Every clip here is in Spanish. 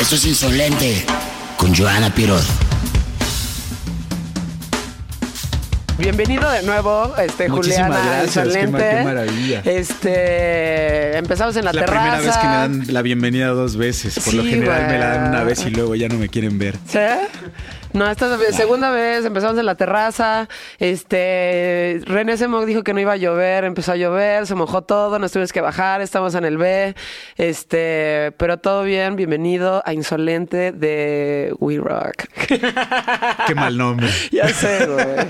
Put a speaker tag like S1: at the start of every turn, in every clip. S1: Esto es insolente con Joana Pirot.
S2: Bienvenido de nuevo, este
S3: Muchísimas
S2: Juliana,
S3: gracias, qué
S2: excelente.
S3: ma- qué maravilla.
S2: Este, empezamos en la,
S3: la
S2: terraza.
S3: primera vez que me dan la bienvenida dos veces. Por lo
S2: Sí,
S3: general
S2: güey.
S3: me la dan una vez y luego ya no me quieren ver.
S2: ¿Sí? No, esta es la ve- segunda vez empezamos en la terraza. Este, René Semog dijo que no iba a llover, empezó a llover, se mojó todo, nos tuvimos que bajar, estamos en el B. Este, pero todo bien, bienvenido a Insolente de We Rock.
S3: Qué mal nombre.
S2: ya sé, güey.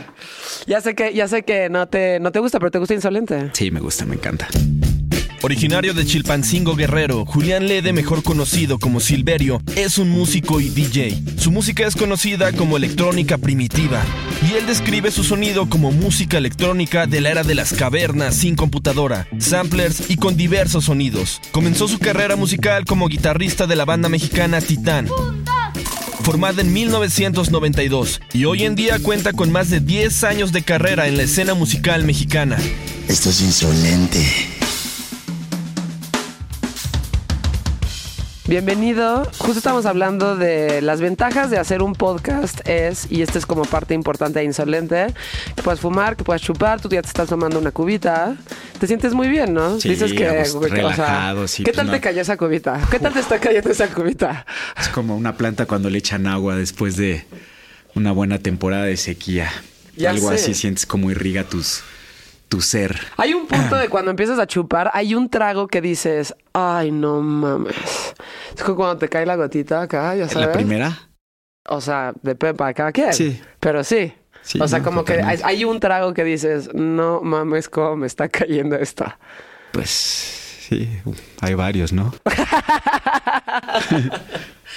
S2: Ya sé que ya sé que no te no te gusta, pero te gusta Insolente.
S3: Sí, me gusta, me encanta.
S4: Originario de Chilpancingo Guerrero, Julián Lede, mejor conocido como Silverio, es un músico y DJ. Su música es conocida como electrónica primitiva, y él describe su sonido como música electrónica de la era de las cavernas sin computadora, samplers y con diversos sonidos. Comenzó su carrera musical como guitarrista de la banda mexicana Titán, formada en 1992, y hoy en día cuenta con más de 10 años de carrera en la escena musical mexicana.
S1: Esto es insolente.
S2: Bienvenido. Justo estamos hablando de las ventajas de hacer un podcast es, y esta es como parte importante e insolente, que puedas fumar, que puedas chupar, tú ya te estás tomando una cubita. Te sientes muy bien, ¿no?
S3: Sí, a gusto, relajado, sí,
S2: ¿Qué
S3: pues
S2: tal
S3: no.
S2: te cayó esa cubita? ¿Qué tal te está cayendo esa cubita?
S3: Es como una planta cuando le echan agua después de una buena temporada de sequía.
S2: Ya
S3: Algo
S2: sé.
S3: así sientes como irriga tus, tu ser.
S2: Hay un punto de cuando empiezas a chupar, hay un trago que dices, ay, no mames. Es como cuando te cae la gotita acá, ya sabes.
S3: ¿La primera?
S2: O sea, de Pepa, cada quien.
S3: Sí.
S2: Pero sí.
S3: Sí,
S2: o sea,
S3: no,
S2: como
S3: totalmente.
S2: que hay hay un trago que dices, no mames, cómo me está cayendo esto.
S3: Pues sí, hay varios, ¿no?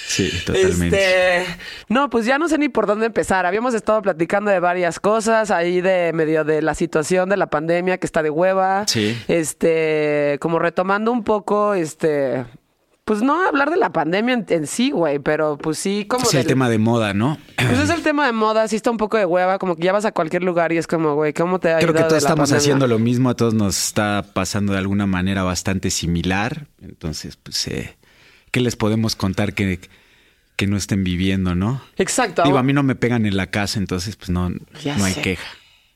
S3: sí, totalmente.
S2: Este, no, pues ya no sé ni por dónde empezar. Habíamos estado platicando de varias cosas ahí de medio de la situación de la pandemia que está de hueva.
S3: Sí.
S2: Este, como retomando un poco, este, pues no hablar de la pandemia en, en sí, güey, pero pues sí, como
S3: Es el
S2: del-
S3: tema de moda, ¿no?
S2: Pues es el tema de moda, sí está un poco de hueva, como que ya vas a cualquier lugar y es como, güey, ¿cómo te ha
S3: Creo que
S2: ayudado
S3: todos
S2: de la
S3: estamos
S2: pandemia?
S3: haciendo lo mismo, a todos nos está pasando de alguna manera bastante similar. Entonces, pues, eh, ¿qué les podemos contar que, que no estén viviendo, no?
S2: Exacto.
S3: Digo, a mí no me pegan en la casa, entonces, pues, no,
S2: Ya
S3: no hay
S2: sé.
S3: queja.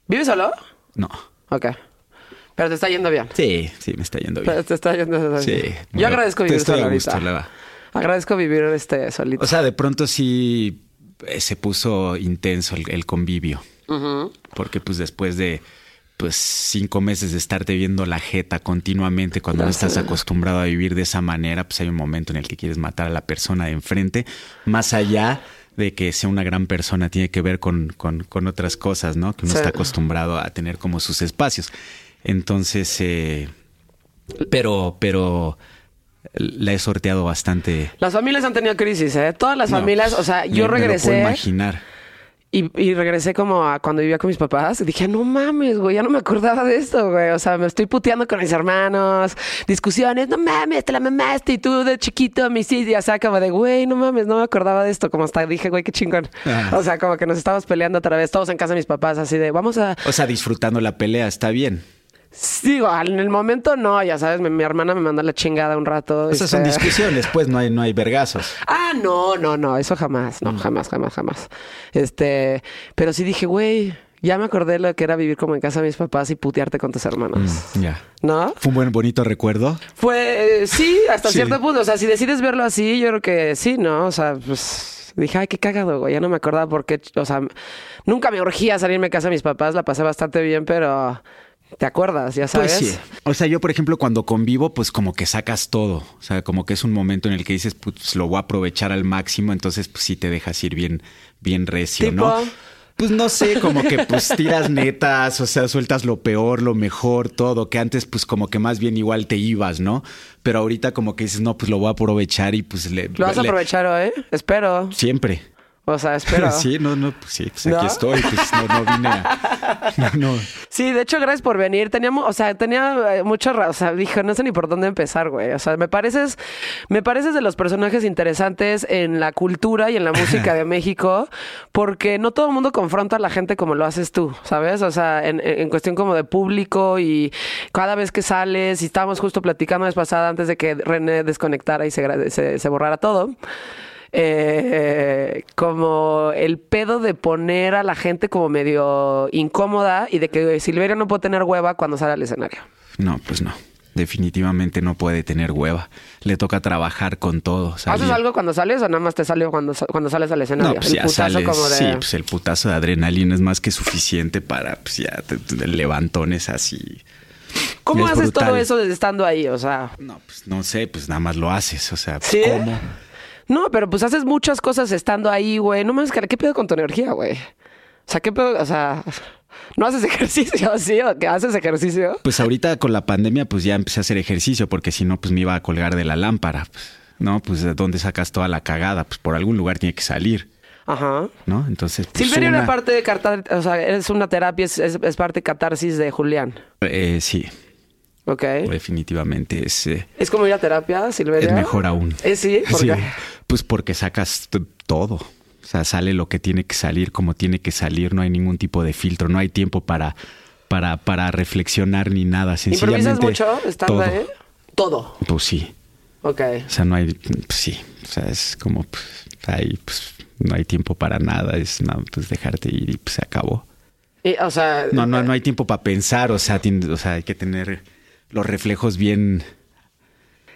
S2: ¿Vives solo?
S3: No.
S2: Ok. Pero te está yendo bien.
S3: Sí, sí, me está yendo
S2: Pero
S3: bien.
S2: te está yendo bien.
S3: Sí.
S2: Yo agradezco
S3: Te
S2: vivir
S3: estoy
S2: solo
S3: a gusto,
S2: ahorita.
S3: la verdad.
S2: Agradezco vivir este solito.
S3: O sea, de pronto sí eh, se puso intenso el, el convivio. Porque pues después de pues cinco meses de estarte viendo la jeta continuamente cuando no estás acostumbrado a vivir de esa manera, pues hay un momento en el que quieres matar a la persona de enfrente, más allá de que sea una gran persona, tiene que ver con, con- con otras cosas, ¿no? Que uno
S2: Sí.
S3: está acostumbrado a tener como sus espacios. Entonces, eh, pero, pero la he sorteado bastante.
S2: las familias han tenido crisis, ¿eh? Todas las
S3: No,
S2: familias, o sea,
S3: me-
S2: yo
S3: me lo puedo
S2: regresé
S3: imaginar.
S2: y, y regresé como a cuando vivía con mis papás. y Dije, "Ah, no mames, güey, ya no me acordaba de esto, güey. O sea, me estoy puteando con mis hermanos, discusiones, no mames, te la mamaste y tú de chiquito, mis hijas, o sea, como de, güey, no mames, no me acordaba de esto. Como hasta dije, güey, qué chingón.
S3: Ah.
S2: O sea, como que nos estábamos peleando otra vez, todos en casa de mis papás, así de, vamos a
S3: O sea, disfrutando la pelea, está bien.
S2: Sí, digo, en el momento no, ya sabes, mi, mi hermana me mandó la chingada un rato.
S3: Esas son
S2: este.
S3: discusiones, pues no hay, no hay vergazos.
S2: Ah, no, no, no, eso jamás,
S3: Mm.
S2: no, jamás, jamás, jamás. Este, pero sí dije, güey, ya me acordé lo que era vivir como en casa de mis papás y putearte con tus hermanos.
S3: Ya.
S2: ¿No?
S3: Fue un buen bonito recuerdo.
S2: Fue, eh, sí, hasta
S3: Sí.
S2: cierto punto. O sea, si decides verlo así, yo creo que sí, ¿no? O sea, pues dije, ay, qué cagado, güey. Ya no me acordaba por qué. O sea, nunca me urgía salirme de casa de mis papás, la pasé bastante bien, pero te acuerdas, ya sabes.
S3: Pues sí. O sea, yo, por ejemplo, cuando convivo, pues como que sacas todo. O sea, como que es un momento en el que dices, pues lo voy a aprovechar al máximo, entonces pues sí te dejas ir bien, bien recio, ¿no?
S2: Tipo.
S3: Pues no sé, como que pues tiras netas, o sea, sueltas lo peor, lo mejor, todo, que antes pues como que más bien igual te ibas, ¿no? Pero ahorita como que dices, no, pues lo voy a aprovechar y pues le...
S2: Lo vas a
S3: le-
S2: aprovechar hoy, espero.
S3: Siempre.
S2: O sea, espero.
S3: Sí, no, no, pues sí, pues aquí
S2: ¿No?
S3: estoy, pues no, no vine a- No, no.
S2: Sí, de hecho, gracias por venir. Teníamos, o sea, tenía eh, mucho, ra- o sea, dijo, no sé ni por dónde empezar, güey. O sea, me pareces, me pareces de los personajes interesantes en la cultura y en la música de México, porque no todo el mundo confronta a la gente como lo haces tú, ¿sabes? O sea, en, en- en cuestión como de público y cada vez que sales, y estábamos justo platicando la vez pasada antes de que René desconectara y se, gra- se- se borrara todo eh, como el pedo de poner a la gente como medio incómoda y de que Silverio no puede tener hueva cuando sale al escenario.
S3: No, pues no. Definitivamente no puede tener hueva. Le toca trabajar con todo. salir.
S2: ¿Haces algo cuando sales o nada más te sale cuando, sa- cuando sales al escenario?
S3: No, pues ya sales. Sí, pues el putazo de adrenalina es más que suficiente para pues ya te- te- levantones así.
S2: ¿Cómo
S3: es
S2: haces todo
S3: brutal.
S2: eso desde estando ahí? O sea,
S3: No, pues no sé, pues nada más lo haces. O sea, pues,
S2: ¿Sí?
S3: ¿cómo?
S2: no, pero pues haces muchas cosas estando ahí, güey. No mames, cara, ¿qué pedo con tu energía, güey? O sea, ¿qué pedo? O sea, ¿no haces ejercicio? ¿Sí? ¿O que haces ejercicio?
S3: Pues ahorita con la pandemia, pues ya empecé a hacer ejercicio, porque si no, pues me iba a colgar de la lámpara. pues, no, pues ¿de dónde sacas toda la cagada? Pues por algún lugar tiene que salir,
S2: Ajá.
S3: ¿no? Entonces, pues,
S2: Silverio era
S3: una-
S2: parte de catar, o sea, es una terapia, es, es- es parte de catarsis de Julián.
S3: Eh, sí,
S2: Ok.
S3: definitivamente es, eh,
S2: Es como ir a terapia, Silverio.
S3: es mejor aún.
S2: Eh, sí, ¿por
S3: Sí,
S2: qué?
S3: Pues porque sacas t- todo. O sea, sale lo que tiene que salir, como tiene que salir, no hay ningún tipo de filtro, no hay tiempo para, para, para reflexionar ni nada. Sencillamente.
S2: ¿Improvisas mucho eh? estando
S3: todo.
S2: ahí? Todo.
S3: Pues sí.
S2: Ok.
S3: O sea, no hay. pues sí. O sea, es como. Pues, ahí, pues, no hay tiempo para nada. Es no, pues dejarte ir y pues, se acabó.
S2: Y, o sea,
S3: No, no, no hay tiempo para pensar. O sea, tien- o sea, hay que tener los reflejos bien, bien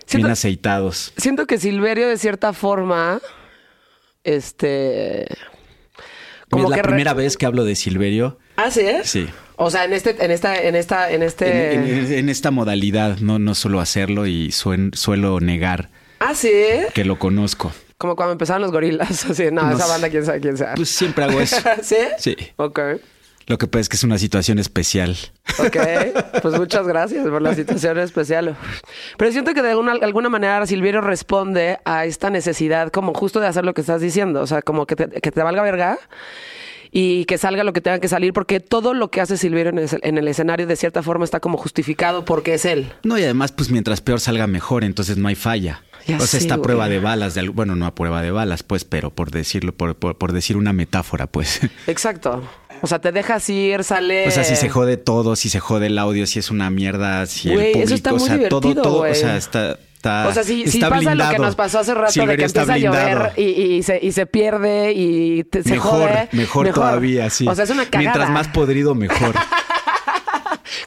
S2: Siento-
S3: aceitados.
S2: siento que Silverio de cierta forma, este,
S3: es la
S2: re-
S3: primera vez que hablo de Silverio.
S2: ¿Ah, sí?
S3: Sí.
S2: O sea, en este, en esta, en esta, en este.
S3: En, en- en esta modalidad no, no suelo hacerlo y suen- suelo negar
S2: Ah, sí.
S3: que lo conozco.
S2: Como cuando empezaron los gorilas, así, no,
S3: No
S2: esa
S3: sé.
S2: banda quién sabe quién sea.
S3: Pues siempre hago eso.
S2: ¿Sí?
S3: Sí.
S2: Ok.
S3: Lo que pasa es que es una situación especial.
S2: Ok, pues muchas gracias por la situación especial. Pero siento que de alguna, alguna manera Silverio responde a esta necesidad como justo de hacer lo que estás diciendo, o sea, como que te, que te valga verga y que salga lo que tenga que salir, porque todo lo que hace Silverio en el, en el escenario de cierta forma está como justificado porque es él.
S3: No, y además, pues mientras peor salga mejor, entonces no hay falla.
S2: Ya
S3: o sea,
S2: sé,
S3: esta
S2: güey.
S3: prueba de balas, de, al- bueno, no a prueba de balas, pues, pero por decirlo, por, por- por decir una metáfora, pues.
S2: Exacto. O sea, te dejas ir, sale.
S3: O sea, si se jode todo, si se jode el audio, si es una mierda, si
S2: Eh. Güey,
S3: el público,
S2: eso está muy
S3: o sea,
S2: divertido,
S3: todo, todo,
S2: güey.
S3: o sea, está, está
S2: O sea, si, si
S3: está
S2: pasa lo que
S3: blindado.
S2: nos pasó hace rato de que
S3: Silverio está
S2: empieza a
S3: blindado.
S2: llover y, y se, y se pierde y te- se
S3: mejor,
S2: jode.
S3: mejor, todavía, sí.
S2: O sea, es una cagada.
S3: Mientras más podrido, mejor.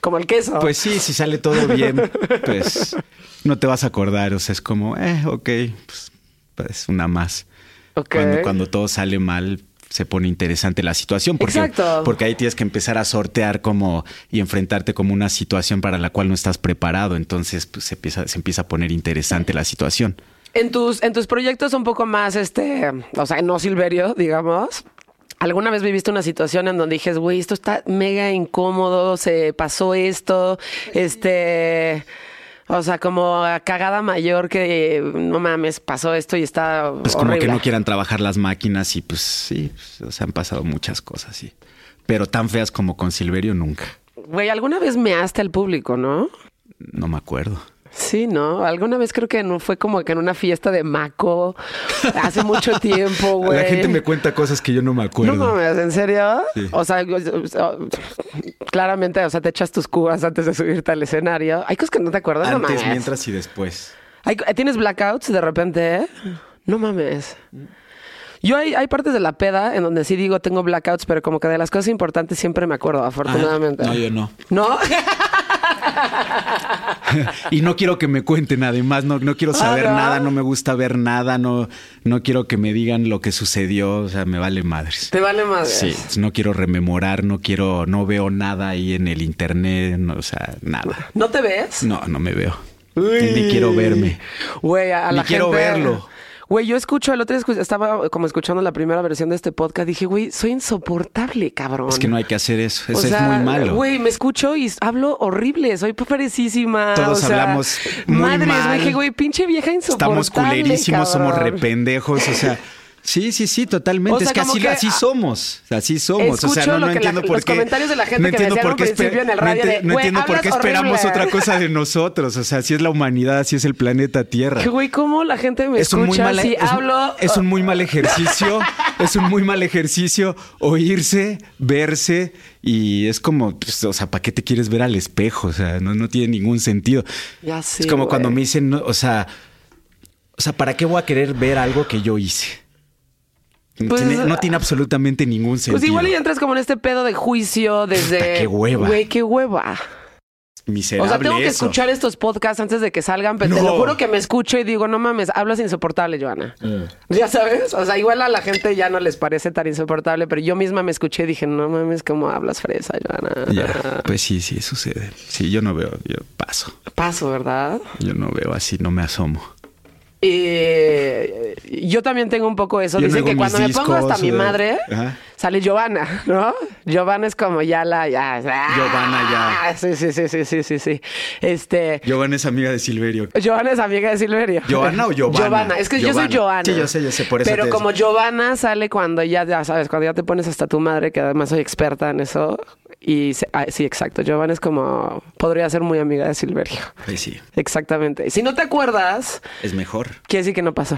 S2: Como el queso.
S3: Pues sí, si sale todo bien, pues no te vas a acordar. O sea, es como, eh, ok, pues, pues, una más.
S2: Ok.
S3: Cuando, cuando todo sale mal, se pone interesante la situación. Porque,
S2: Exacto.
S3: Porque ahí tienes que empezar a sortear como y enfrentarte como una situación para la cual no estás preparado. Entonces pues, se, empieza, se empieza a poner interesante la situación.
S2: En tus, en tus proyectos un poco más, este, o sea, no Silverio, digamos. ¿Alguna vez viviste una situación en donde dijes, güey, esto está mega incómodo, se pasó esto, este, o sea, como a cagada mayor que no mames, pasó esto y está
S3: Pues como
S2: horrible.
S3: que no quieran trabajar las máquinas y pues sí, pues, o sea, han pasado muchas cosas, sí. Pero tan feas como con Silverio nunca.
S2: Güey, alguna vez measte al público, ¿no?
S3: No me acuerdo.
S2: Sí, ¿no? Alguna vez creo que no fue como que en una fiesta de Maco hace mucho tiempo, Pues, güey.
S3: La gente me cuenta cosas que yo no me acuerdo.
S2: No mames, ¿en serio?
S3: Sí.
S2: O sea, o- o- claramente, o sea, te echas tus cubas antes de subirte al escenario. Hay cosas que no te acuerdas, no
S3: Antes,
S2: mames.
S3: mientras y después.
S2: Hay- ¿Tienes blackouts de repente? eh? No mames. Yo hay, hay partes de la peda en donde sí digo tengo blackouts, pero como que de las cosas importantes siempre me acuerdo, afortunadamente.
S3: Ah, no, yo no.
S2: ¿No?
S3: Y no quiero que me cuenten, además, no, no quiero saber
S2: Ah, ¿no?
S3: nada, no me gusta ver nada, no, no quiero que me digan lo que sucedió, o sea, me vale madres.
S2: Te vale más.
S3: Sí, no quiero rememorar, no quiero, no veo nada ahí en el internet, no, o sea, nada.
S2: ¿No te ves?
S3: No, no me veo. Ni quiero verme.
S2: Güey, a, a
S3: Ni
S2: la
S3: quiero
S2: gente-
S3: verlo.
S2: Güey, yo escucho, el otro día escu- estaba como escuchando la primera versión de este podcast, dije, güey, soy insoportable, cabrón.
S3: Es que no hay que hacer eso,
S2: O
S3: eso
S2: sea,
S3: es muy malo.
S2: Güey, me escucho y hablo horrible, soy parecísima.
S3: Todos
S2: o sea,
S3: hablamos muy
S2: madres,
S3: mal.
S2: güey, dije, güey, pinche vieja insoportable.
S3: Estamos culerísimos, somos
S2: cabrón.
S3: rependejos, o sea. Sí, sí, sí, totalmente.
S2: O sea,
S3: es que
S2: como
S3: así,
S2: que-
S3: así somos. Así somos. o sea,
S2: Escucho
S3: no,
S2: lo
S3: no
S2: que la-
S3: entiendo por
S2: los
S3: qué.
S2: comentarios de la gente que
S3: no
S2: me
S3: entiendo
S2: decían
S3: por
S2: al
S3: qué espe-
S2: principio en el
S3: no
S2: radio
S3: enti-
S2: de,
S3: no
S2: "Güey,
S3: entiendo por qué
S2: hablas
S3: esperamos
S2: horrible".
S3: otra cosa de nosotros. O sea, así es la humanidad, así es el planeta Tierra.
S2: Que, Güey, ¿cómo la gente me
S3: Es un, muy
S2: Pues escucha
S3: mal,
S2: si
S3: es, un-
S2: hablo?
S3: es un muy mal ejercicio, es un muy mal ejercicio oírse, verse y es como, pues, o sea, ¿para qué te quieres ver al espejo? O sea, no, no tiene ningún sentido.
S2: Ya sé,
S3: es como cuando
S2: güey.
S3: me dicen, no, o sea, O sea, ¿para qué voy a querer ver algo que yo hice? No
S2: Pues,
S3: tiene- no tiene absolutamente ningún sentido.
S2: Pues igual y entras como en este pedo de juicio desde.
S3: Puta, qué hueva.
S2: Güey, qué hueva. O
S3: Miserable
S2: sea, tengo que
S3: eso.
S2: escuchar estos podcasts antes de que salgan, pero te
S3: No.
S2: lo juro que me escucho y digo, no mames, hablas insoportable, Joana.
S3: Mm.
S2: Ya sabes, o sea, igual a la gente ya no les parece tan insoportable, pero yo misma me escuché y dije, no mames, cómo hablas fresa, Joana.
S3: Ya, pues sí, sí, sucede. Sí, yo no veo, yo paso.
S2: Paso, ¿verdad?
S3: Yo no veo así, no me asomo.
S2: Eh, yo también tengo un poco eso.
S3: Yo
S2: Dicen
S3: luego
S2: que
S3: mis
S2: cuando me pongo hasta
S3: discos,
S2: mi
S3: eh,
S2: madre,
S3: ajá.
S2: sale Giovanna, ¿no? Giovanna es como ya la. Ya,
S3: Giovanna ya.
S2: Ah, Sí, sí, sí, sí, sí, sí. sí. Este.
S3: Giovanna es amiga de Silverio.
S2: Giovanna es amiga de Silverio.
S3: ¿Giovanna o Giovanna?
S2: Giovanna. Es que yo soy Giovanna.
S3: Giovanna. Sí, yo sé, yo sé, por eso
S2: Pero
S3: te-
S2: como Giovanna sale cuando ya, ya sabes, cuando ya te pones hasta tu madre, que además soy experta en eso. Y se- ah, sí, exacto. Giovanna es como. Podría ser muy amiga de Silverio.
S3: Pues sí,
S2: Exactamente. Si no te acuerdas,
S3: es mejor.
S2: quiere decir que no pasó.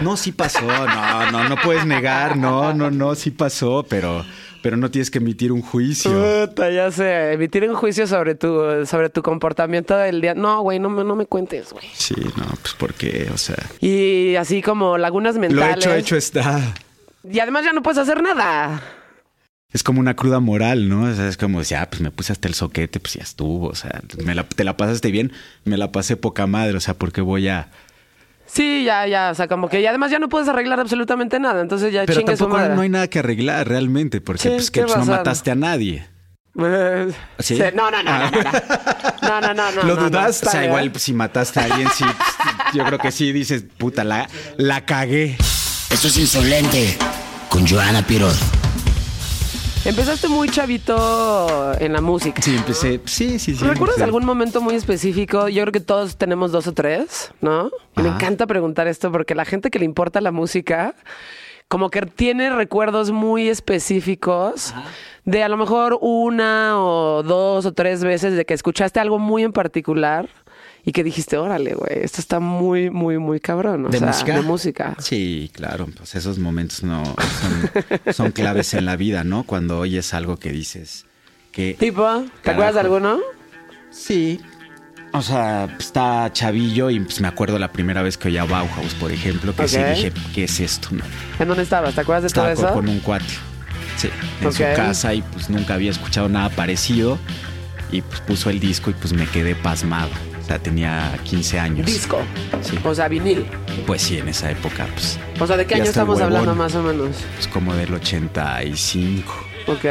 S3: No, sí pasó. No, no, no puedes negar. No, no, no, sí pasó, pero, pero no tienes que emitir un juicio.
S2: Puta, ya sé. Emitir un juicio sobre tu, sobre tu comportamiento del día. No, güey, no, me- no me cuentes, güey.
S3: Sí, no, pues porque, o sea,
S2: Y así como lagunas
S3: lo
S2: mentales.
S3: hecho, hecho está.
S2: Y además ya no puedes hacer nada.
S3: Es como una cruda moral, ¿no? O sea, es como, ya, pues me puse hasta el soquete, pues ya estuvo. O sea, me la- te la pasaste bien, me la pasé poca madre. O sea, ¿por qué voy a...?
S2: Sí, ya, ya. O sea, como que y además ya no puedes arreglar absolutamente nada. Entonces ya
S3: Pero
S2: chingue su
S3: tampoco
S2: madre.
S3: no hay nada que arreglar realmente, porque
S2: Sí,
S3: pues, que,
S2: tienes
S3: pues, no
S2: razón.
S3: mataste a nadie.
S2: Eh,
S3: ¿Sí?
S2: sí, No, no, no, no, no, no. No, no, no, no,
S3: ¿Lo
S2: no, no.
S3: dudas? o sea,
S2: Está
S3: igual
S2: bien.
S3: pues, si mataste a alguien, sí. pues, yo creo que sí dices, puta, la, la cagué.
S1: Esto es insolente. Con Joana Piroz.
S2: Empezaste muy chavito en la música.
S3: Sí, empecé. Pues, eh, Sí, sí, sí.
S2: ¿Recuerdas
S3: empecé.
S2: algún momento muy específico? Yo creo que todos tenemos dos o tres, ¿no? Y me
S3: Ajá.
S2: encanta preguntar esto porque la gente que le importa la música, como que tiene recuerdos muy específicos de a lo mejor una o dos o tres veces de que escuchaste algo muy en particular y que dijiste, órale, güey, esto está muy, muy, muy cabrón. O
S3: ¿De
S2: sea,
S3: música?
S2: De música.
S3: Sí, claro. Pues esos momentos no son, son claves en la vida, ¿no? Cuando oyes algo que dices que.
S2: Tipo, ¿te acuerdas de
S3: Carajo.
S2: alguno?
S3: Sí. O sea, pues, está chavillo y pues, me acuerdo la primera vez que oía Bauhaus, por ejemplo, que
S2: Ok.
S3: sí dije, ¿qué es esto? no?
S2: ¿En dónde estabas? ¿Te acuerdas de
S3: Estaba
S2: todo eso?
S3: con, con un cuate. Sí, en
S2: Ok.
S3: su casa y pues nunca había escuchado nada parecido. Y pues puso el disco y pues me quedé pasmado. O sea, tenía 15 años.
S2: Disco.
S3: Sí.
S2: O sea, vinil.
S3: Pues sí, en esa época, pues,
S2: O sea, ¿de qué
S3: Ya
S2: año
S3: está el
S2: estamos
S3: huevón.
S2: hablando más o menos?
S3: pues como del 85.
S2: Ok.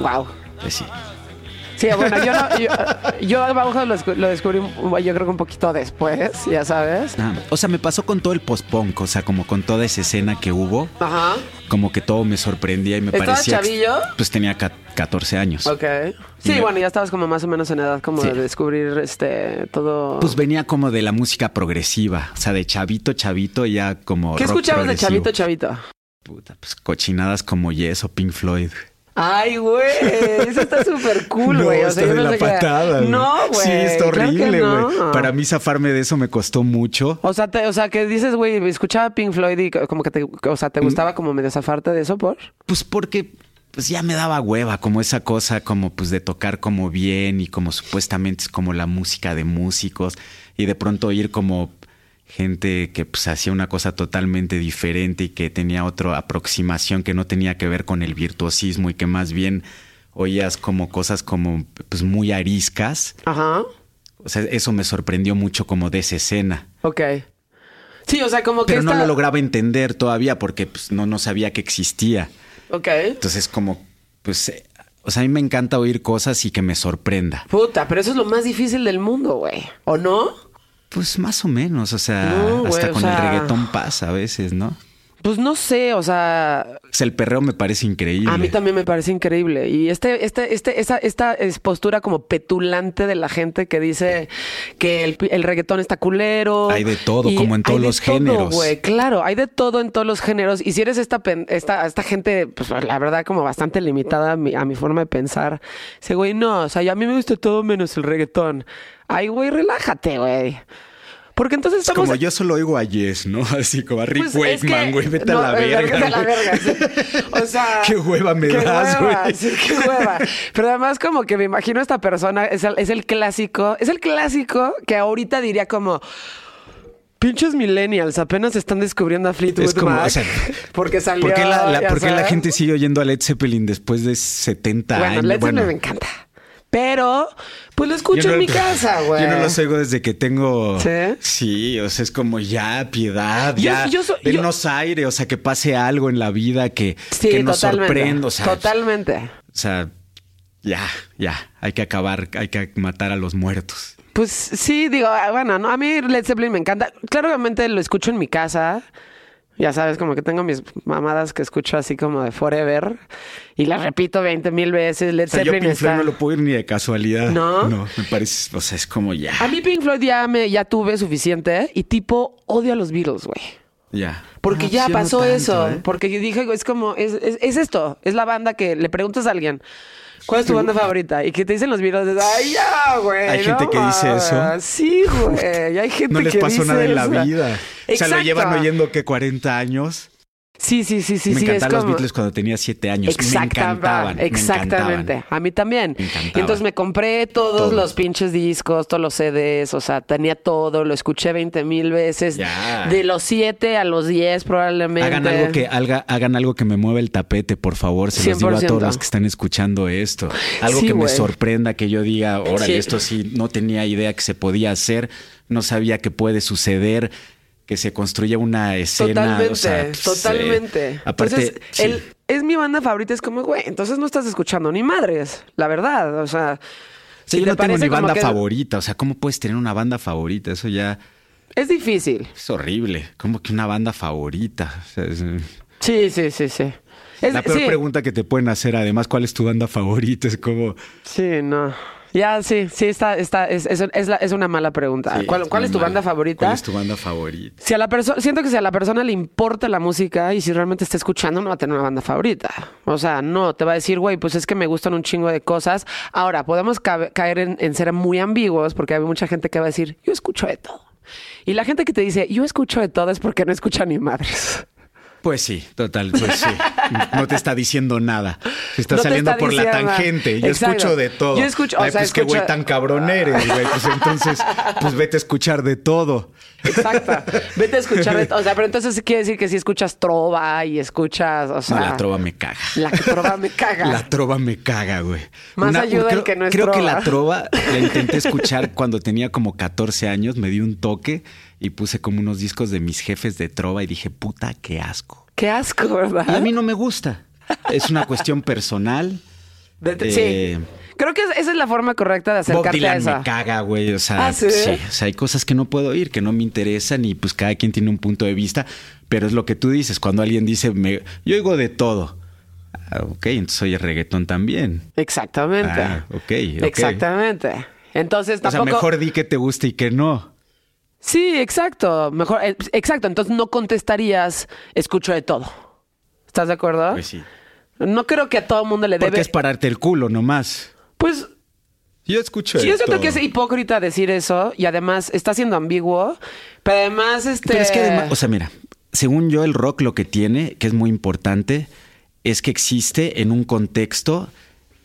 S2: Wow.
S3: Pues sí.
S2: Sí, bueno, yo, no- yo, yo a Bauhaus lo, escu- lo descubrí, bueno, yo creo que un poquito después, ya sabes.
S3: Nada. O sea, me pasó con todo el post-punk, o sea, como con toda esa escena que hubo,
S2: Ajá.
S3: como que todo me sorprendía y me
S2: ¿Estabas
S3: parecía. ex-
S2: chavillo?
S3: Pues tenía ca- 14 años.
S2: Ok. Sí,
S3: Me-
S2: bueno, ya estabas como más o menos en edad como
S3: Sí.
S2: de descubrir este todo.
S3: Pues venía como de la música progresiva, o sea, de chavito, chavito, ya como.
S2: ¿Qué
S3: rock
S2: escuchabas de
S3: progresivo.
S2: chavito, chavito?
S3: Puta, pues cochinadas como Yes o Pink Floyd.
S2: Ay, güey, eso está súper cool, güey. o sea, yo pensé que- No, güey.
S3: Sí, está
S2: claro que
S3: horrible, güey.
S2: no.
S3: Para mí zafarme de eso me costó mucho.
S2: O sea, te- o sea, que dices, güey, escuchaba Pink Floyd y como que te, o sea, te gustaba como medio zafarte de eso, ¿por?
S3: Pues porque pues ya me daba hueva, como esa cosa como pues de tocar como bien y como supuestamente es como la música de músicos y de pronto oír como gente que pues hacía una cosa totalmente diferente y que tenía otra aproximación que no tenía que ver con el virtuosismo y que más bien oías como cosas como pues muy ariscas.
S2: Ajá.
S3: O sea, eso me sorprendió mucho como de esa escena.
S2: Ok. Sí, o sea, como que
S3: Pero no
S2: esta-
S3: lo lograba entender todavía porque pues, no, no sabía que existía.
S2: Ok.
S3: Entonces, como, pues, eh, o sea, a mí me encanta oír cosas y que me sorprenda.
S2: Puta, pero eso es lo más difícil del mundo, güey. ¿O no?
S3: Pues más o menos, o sea,
S2: No, güey,
S3: hasta
S2: o
S3: con el
S2: sea-
S3: reggaetón pasa a veces, ¿no?
S2: Pues no sé, o sea,
S3: O sea, el perreo me parece increíble.
S2: a mí también me parece increíble. Y este, este, este, esa, esta es postura como petulante de la gente que dice que el, el reggaetón está culero.
S3: Hay de todo,
S2: Y
S3: como en todos
S2: hay de
S3: los
S2: todo,
S3: géneros.
S2: güey, claro, hay de todo en todos los géneros. Y si eres esta, pen- esta, esta gente, pues la verdad, como bastante limitada a mi, a mi forma de pensar, ese güey, no, o sea, a mí me gusta todo menos el reggaetón. Ay, güey, relájate, güey. Porque entonces
S3: Es
S2: estamos.
S3: como yo solo oigo a Yes, ¿no? Así como a Rick
S2: Pues, es
S3: Wakeman,
S2: que-
S3: güey, vete
S2: no,
S3: a la
S2: eh,
S3: verga.
S2: vete a la
S3: güey.
S2: verga, sí. O sea.
S3: Qué hueva me
S2: qué
S3: das,
S2: hueva,
S3: güey.
S2: sí, qué hueva. Pero además, como que me imagino esta persona, es el, es el clásico, es el clásico que ahorita diría como. Pinches millennials apenas están descubriendo a Fleetwood
S3: Es como,
S2: Mac.
S3: o sea,
S2: porque salió.
S3: ¿Por qué la, la-
S2: ya
S3: por qué la
S2: sabes?
S3: gente sigue oyendo a Led Zeppelin después de 70
S2: Bueno,
S3: años?
S2: Led Zeppelin
S3: Bueno,
S2: me encanta. Pero, pues lo escucho
S3: yo no-
S2: en mi casa, güey.
S3: Yo no los oigo desde que tengo.
S2: ¿Sí?
S3: ¿Sí? o sea, es como ya piedad,
S2: Yo-
S3: ya
S2: yo so- yo-
S3: denos aire, o sea, que pase algo en la vida que,
S2: Sí,
S3: que nos
S2: totalmente.
S3: sorprenda. O sea,
S2: totalmente.
S3: o sea, ya, ya, hay que acabar, hay que matar a los muertos.
S2: Pues sí, digo, ah, bueno, no, a mí Led Zeppelin me encanta. Claramente lo escucho en mi casa. Ya sabes, como que tengo mis mamadas que escucho así como de Forever y las repito 20 mil veces. Led
S3: O sea, yo
S2: Zeppelin
S3: Pink Floyd
S2: está.
S3: no lo puedo ir ni de casualidad.
S2: ¿No?
S3: No, me parece, o sea, es como ya,
S2: A mí Pink Floyd ya, me, ya tuve suficiente y tipo odio a los Beatles, güey.
S3: ya.
S2: Porque
S3: No,
S2: ya
S3: pues yo no
S2: pasó
S3: tanto,
S2: eso.
S3: ¿eh?
S2: Porque dije, güey, es como, es, es- es esto, es la banda que le preguntas a alguien. ¿Cuál es tu banda favorita? Y que te dicen los Beatles. Ay, ya, güey.
S3: Hay
S2: no
S3: gente que dice
S2: mames".
S3: eso.
S2: Sí, güey. y Hay gente
S3: No les
S2: que
S3: pasó
S2: dice
S3: nada en la
S2: eso.
S3: vida. O sea, lo
S2: Exacto.
S3: llevan oyendo que 40 años.
S2: Sí, sí, sí, sí.
S3: me
S2: sí, es
S3: encantaban los
S2: como-
S3: Beatles cuando tenía 7 años. Me
S2: Exactaba,
S3: encantaban. me
S2: exactamente.
S3: encantaban.
S2: A mí también.
S3: Me encantaban.
S2: Y entonces me compré todos
S3: Todo.
S2: los pinches discos, todos los CDs, o sea, tenía todo, lo escuché 20 mil veces.
S3: Ya.
S2: De los 7 a los 10 probablemente.
S3: Hagan algo, que, haga- hagan algo que me mueva el tapete, por favor. Se los digo a
S2: 100%.
S3: todos los que están escuchando esto. Algo
S2: Sí,
S3: que me
S2: güey.
S3: sorprenda, que yo diga, órale,
S2: Sí.
S3: esto sí, no tenía idea que se podía hacer, no sabía que puede suceder, que se construya una escena.
S2: Totalmente,
S3: o sea, pues,
S2: totalmente.
S3: eh, aparte,
S2: Entonces,
S3: sí.
S2: el- es mi banda favorita, es como, güey, entonces no estás escuchando ni madres, la verdad, o sea...
S3: O sea,
S2: si
S3: yo
S2: te
S3: no tengo
S2: parece
S3: ni
S2: como
S3: banda
S2: que-
S3: favorita. O sea, ¿cómo puedes tener una banda favorita? Eso ya
S2: Es difícil.
S3: es horrible. ¿Cómo que una banda favorita? O sea, es-
S2: Sí, sí, sí, sí. Es,
S3: la peor
S2: sí,
S3: pregunta que te pueden hacer, además, ¿cuál es tu banda favorita? Es como.
S2: Sí, no. Ya, sí, sí, está, está, es, es, es la- es una mala pregunta.
S3: Sí,
S2: Ah, ¿Cuál, cuál
S3: muy
S2: es tu
S3: mal.
S2: banda favorita?
S3: ¿Cuál es tu banda favorita?
S2: Si a la persona, siento que si a la persona le importa la música y si realmente está escuchando, no va a tener una banda favorita. O sea, no, te va a decir, güey, pues es que me gustan un chingo de cosas. Ahora, podemos ca- caer en, en ser muy ambiguos porque hay mucha gente que va a decir, yo escucho de todo. Y la gente que te dice, yo escucho de todo es porque no escucha ni madres.
S3: Pues sí, total, pues sí. No te está diciendo nada. Se está
S2: No te
S3: saliendo
S2: está
S3: por la
S2: diciendo nada.
S3: tangente. Yo
S2: Exacto.
S3: escucho de todo.
S2: Yo escucho- o
S3: Ay,
S2: sea,
S3: pues qué güey
S2: escucha-
S3: tan cabrón eres, güey. Pues entonces, pues vete a escuchar de todo.
S2: Exacto. Vete a escuchar de todo. O sea, pero entonces sí quiere decir que si escuchas trova y escuchas, o sea.
S3: No, la trova me caga.
S2: Ah. La trova me caga.
S3: La trova me caga, güey.
S2: Más ayuda el que no es
S3: Creo que
S2: trova.
S3: la trova la intenté escuchar cuando tenía como 14 años. Me di un toque y puse como unos discos de mis jefes de trova y dije, puta, qué asco.
S2: Qué asco,
S3: Y a
S2: ¿verdad?
S3: mí no me gusta. Es una cuestión personal.
S2: De-
S3: Eh,
S2: sí. Creo que es- esa es la forma correcta de
S3: Bob
S2: acercarte a
S3: Dylan
S2: esa.
S3: "Ah, me caga, güey. O sea,
S2: Ah, ¿sí?
S3: O sea, hay cosas que no puedo oír, que no me interesan y pues cada quien tiene un punto de vista. Pero es lo que tú dices. Cuando alguien dice, me, yo oigo de todo. Ah, ok, entonces oye reggaetón también.
S2: Exactamente.
S3: Ah, ok, ok.
S2: Exactamente. Entonces
S3: O sea,
S2: tampoco.
S3: mejor di que te gusta y que no.
S2: Sí, exacto. Mejor, eh, exacto. Entonces no contestarías, escucho de todo. ¿Estás de acuerdo?
S3: Pues sí.
S2: No creo que a todo el mundo le
S3: Porque
S2: ¿Ah? debe.
S3: es pararte el culo nomás.
S2: Pues
S3: Yo escucho
S2: sí, yo siento que es hipócrita decir eso y además está siendo ambiguo. Pero además, este.
S3: Pero es que además, o sea, mira, según yo el rock lo que tiene, que es muy importante, es que existe en un contexto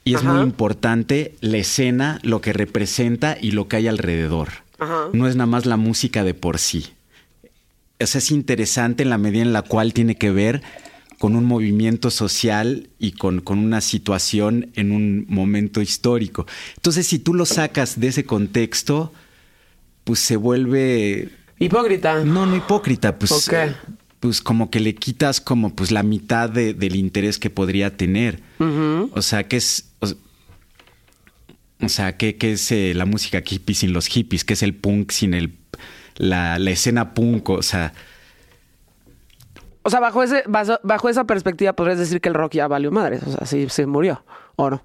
S3: y es
S2: Ajá.
S3: muy importante la escena, lo que representa y lo que hay alrededor.
S2: Ajá.
S3: No es nada más la música de por sí. O sea, es interesante en la medida en la cual tiene que ver con un movimiento social y con, con una situación en un momento histórico. Entonces, si tú lo sacas de ese contexto, pues se vuelve
S2: este, Hipócrita.
S3: no, no hipócrita, pues.
S2: Ok.
S3: eh, Pues como que le quitas como pues la mitad de- del interés que podría tener. O sea, que es. O, o sea, que, que es eh, la música hippie sin los hippies, que es el punk sin el. La, la escena punk, o sea.
S2: O sea, bajo, ese, bajo, bajo esa perspectiva podrías decir que el rock ya valió madres. O sea, sí se murió. ¿O no?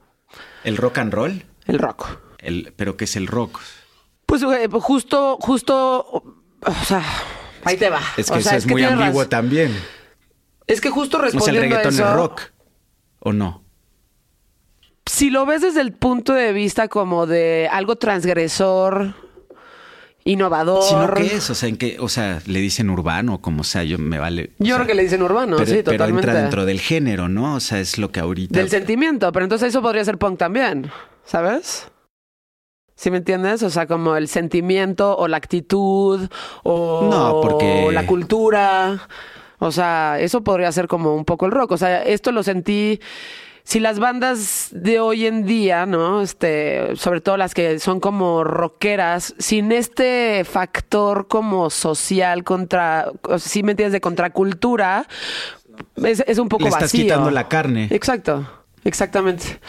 S3: El rock and roll,
S2: El rock.
S3: el, pero que es el rock.
S2: Pues eh, justo, justo, o sea, ahí te va.
S3: Es
S2: O
S3: que
S2: sea,
S3: eso es, muy
S2: tienes
S3: ambiguo
S2: razón.
S3: también.
S2: Es que justo
S3: O sea, el
S2: respondiendo a
S3: reggaetón
S2: eso,
S3: es rock. ¿O no?
S2: si lo ves desde el punto de vista como de algo transgresor, innovador,
S3: Sino que es, o sea, en que, o sea, le dicen urbano, como sea, yo me vale. o
S2: yo
S3: sea,
S2: creo que le dicen urbano,
S3: pero,
S2: sí,
S3: pero
S2: totalmente.
S3: entra dentro del género, ¿no? O sea, es lo que ahorita.
S2: Del sentimiento, pero entonces eso podría ser punk también, ¿sabes? ¿Sí me entiendes? O sea, como el sentimiento o la actitud o
S3: No, porque-
S2: la cultura. O sea, eso podría ser como un poco el rock. O sea, esto lo sentí. Si las bandas de hoy en día, ¿no? Este, sobre todo las que son como rockeras, sin este factor como social contra, o sea, si me entiendes, de contracultura, es, es un poco
S3: Le estás
S2: vacío.
S3: quitando la carne.
S2: Exacto, exactamente.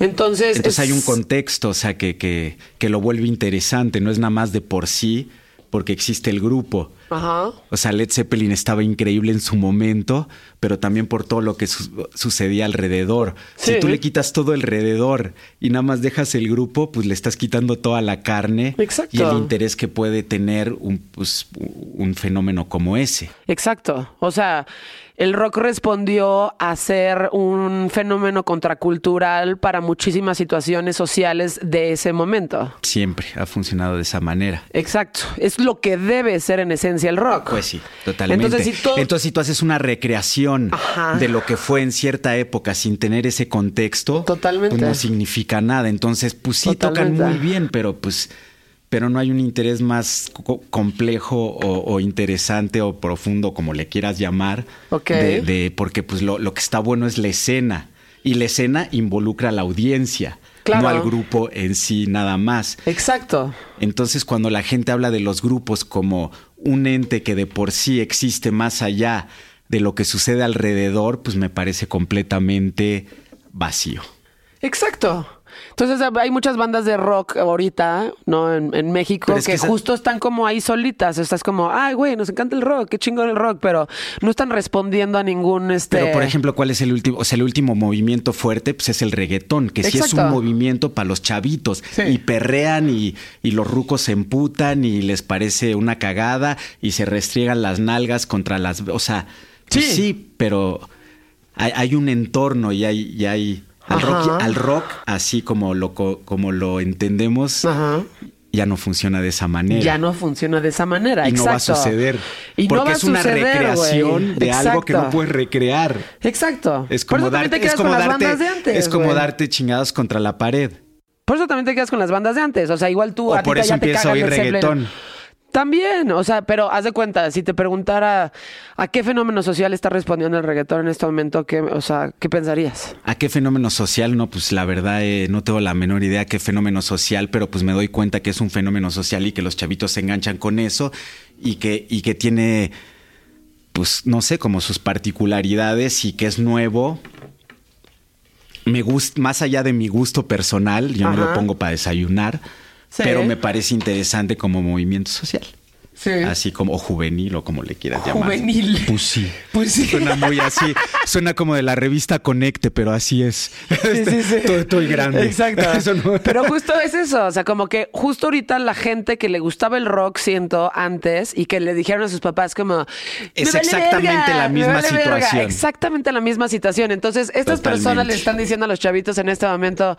S2: Entonces,
S3: Entonces hay un
S2: es-
S3: contexto, o sea, que, que, que lo vuelve interesante, no es nada más de por sí, porque existe el grupo.
S2: Ajá.
S3: O sea, Led Zeppelin estaba increíble en su momento, pero también por todo lo que su- sucedía alrededor.
S2: Sí.
S3: Si tú le quitas todo alrededor y nada más dejas el grupo, pues le estás quitando toda la carne
S2: Exacto.
S3: y el interés que puede tener un, pues, un fenómeno como ese.
S2: Exacto. O sea, el rock respondió a ser un fenómeno contracultural para muchísimas situaciones sociales de ese momento.
S3: Siempre ha funcionado de esa manera.
S2: Exacto. Es lo que debe ser en esencia el rock.
S3: Pues sí, totalmente.
S2: Entonces, si todo-
S3: tú haces una recreación
S2: Ajá.
S3: de lo que fue en cierta época sin tener ese contexto,
S2: Totalmente.
S3: pues no significa nada. Entonces, pues sí
S2: Totalmente.
S3: tocan muy bien, pero pues pero no hay un interés más co- complejo o, o interesante o profundo, como le quieras llamar,
S2: Ok.
S3: de, de- porque pues lo, lo que está bueno es la escena. Y la escena involucra a la audiencia,
S2: Claro.
S3: no al grupo en sí nada más.
S2: Exacto.
S3: Entonces, cuando la gente habla de los grupos como un ente que de por sí existe más allá de lo que sucede alrededor, pues me parece completamente vacío.
S2: Exacto. Entonces hay muchas bandas de rock ahorita, ¿no? En, en México,
S3: Pero
S2: que,
S3: es que esa-
S2: justo están como ahí solitas. Estás como, ay, güey, nos encanta el rock, qué chingón el rock, pero no están respondiendo a ningún este.
S3: Pero, por ejemplo, ¿cuál es el último? O sea, el último movimiento fuerte, pues es el reggaetón, que sí es un
S2: Exacto.
S3: movimiento para los chavitos.
S2: Sí.
S3: Y perrean y, y los rucos se emputan y les parece una cagada y se restriegan las nalgas contra las. O sea, pues
S2: Sí.
S3: sí, pero hay, hay un entorno y hay. y hay- al, rock,
S2: Ajá.
S3: al rock, así como lo, co- como lo entendemos,
S2: Ajá.
S3: ya no funciona de esa manera.
S2: Ah. Ya no funciona de esa manera.
S3: Y no va a
S2: exacto.
S3: suceder.
S2: Y no
S3: porque
S2: va a
S3: es una
S2: suceder, güey.
S3: recreación de algo que no
S2: Exacto.
S3: puedes recrear.
S2: Exacto.
S3: Es
S2: Por
S3: como
S2: eso también
S3: darte,
S2: te quedas
S3: es como
S2: con las
S3: darte,
S2: bandas de antes.
S3: es como
S2: güey.
S3: darte chingadas contra la pared.
S2: Por eso también te quedas con las bandas de antes. O sea, igual tú
S3: O
S2: a ti
S3: por
S2: te-
S3: eso
S2: ya te
S3: empiezo
S2: caga
S3: a oír
S2: Led Zeppelin.
S3: reggaetón.
S2: También, o sea, pero haz de cuenta, si te preguntara a qué fenómeno social está respondiendo el reggaetón en este momento, ¿qué, o sea, ¿qué pensarías?
S3: ¿A qué fenómeno social? No, pues la verdad eh, no tengo la menor idea qué fenómeno social, pero pues me doy cuenta que es un fenómeno social y que los chavitos se enganchan con eso y que, y que tiene, pues no sé, como sus particularidades y que es nuevo. Me gusta, más allá de mi gusto personal, yo no
S2: Ajá.
S3: lo pongo para desayunar,
S2: Sí.
S3: pero me parece interesante como movimiento social.
S2: Sí.
S3: Así como o juvenil o como le quieras llamar.
S2: Juvenil.
S3: Pues sí.
S2: Pues sí.
S3: Suena muy así. Suena como de la revista Conecte, pero así es. Este,
S2: Sí, sí, sí.
S3: Estoy, estoy grande.
S2: Exacto.
S3: Eso no-
S2: Pero justo es eso. O sea, como que justo ahorita la gente que le gustaba el rock, siento, antes, y que le dijeron a sus papás como...
S3: Es
S2: "Me vale
S3: exactamente
S2: verga,
S3: la
S2: me
S3: misma
S2: vale verga".
S3: situación.
S2: Exactamente la misma situación. Entonces, estas
S3: Totalmente.
S2: personas le están diciendo a los chavitos en este momento...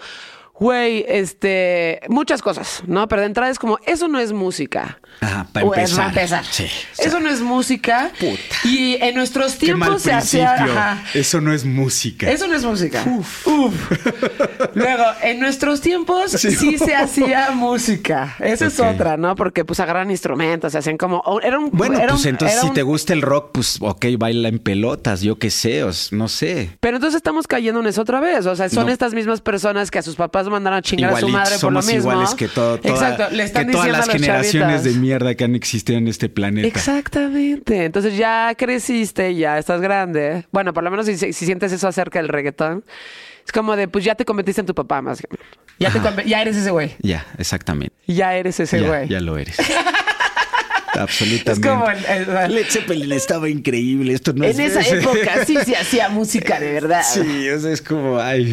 S2: Güey, este, muchas cosas, ¿no? Pero de entrada es como, eso no es música.
S3: Ajá, para
S2: O es
S3: empezar.
S2: Sí.
S3: Sí, o sea.
S2: eso no es música.
S3: Puta.
S2: Y en nuestros
S3: Qué mal
S2: tiempos se
S3: principio.
S2: hacía. ajá.
S3: Eso no es música.
S2: Eso no es música. Uf. Luego, en nuestros tiempos sí,
S3: Sí.
S2: se hacía música. Esa es
S3: Ok.
S2: otra, ¿no? Porque pues agarran instrumentos, se hacían como. o- Era un,
S3: Bueno,
S2: era
S3: pues
S2: un-
S3: entonces
S2: era
S3: si
S2: un-
S3: te gusta el rock, pues ok, baila en pelotas, yo qué sé, o s- no sé.
S2: Pero entonces estamos cayendo en eso otra vez. O sea, son
S3: No.
S2: estas mismas personas que a sus papás mandaron a chingar a su
S3: Igualitos,
S2: madre por lo
S3: somos
S2: mismo.
S3: iguales que, todo, toda-
S2: Exacto, le están
S3: que todas
S2: diciendo
S3: las
S2: a los
S3: generaciones
S2: chavitas.
S3: de mierda que han existido en este planeta.
S2: Exactamente. Entonces ya creciste, ya estás grande. Bueno, por lo menos si, si sientes eso acerca del reggaetón, es como de, pues ya te convertiste en tu papá, más que menos. Ya, te
S3: Ajá.
S2: conver- ya eres ese güey.
S3: Ya, exactamente.
S2: Ya eres ese
S3: ya,
S2: este güey.
S3: ya lo eres. Absolutamente.
S2: Es como el- el-
S3: Led Zeppelin estaba increíble. Esto no
S2: en
S3: es-
S2: esa época sí se hacía música de verdad. Sí,
S3: Sí, o sea, es como, ay.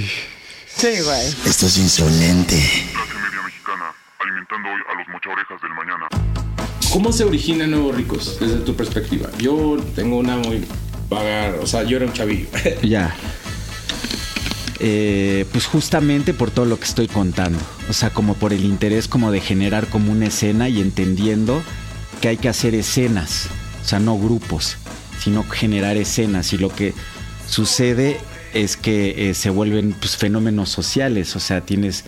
S2: güey.
S1: Esto es insolente.
S5: clase media mexicana, alimentando hoy a los mochaorejas del mañana.
S6: ¿Cómo se originan nuevos ricos desde tu perspectiva? Yo tengo una muy vaga, o sea, yo era un chavillo.
S3: Ya. Eh, pues justamente por todo lo que estoy contando. O sea, como por el interés como de generar como una escena y entendiendo que hay que hacer escenas. O sea, no grupos, sino generar escenas. Y lo que sucede es que eh, se vuelven pues, fenómenos sociales. O sea, tienes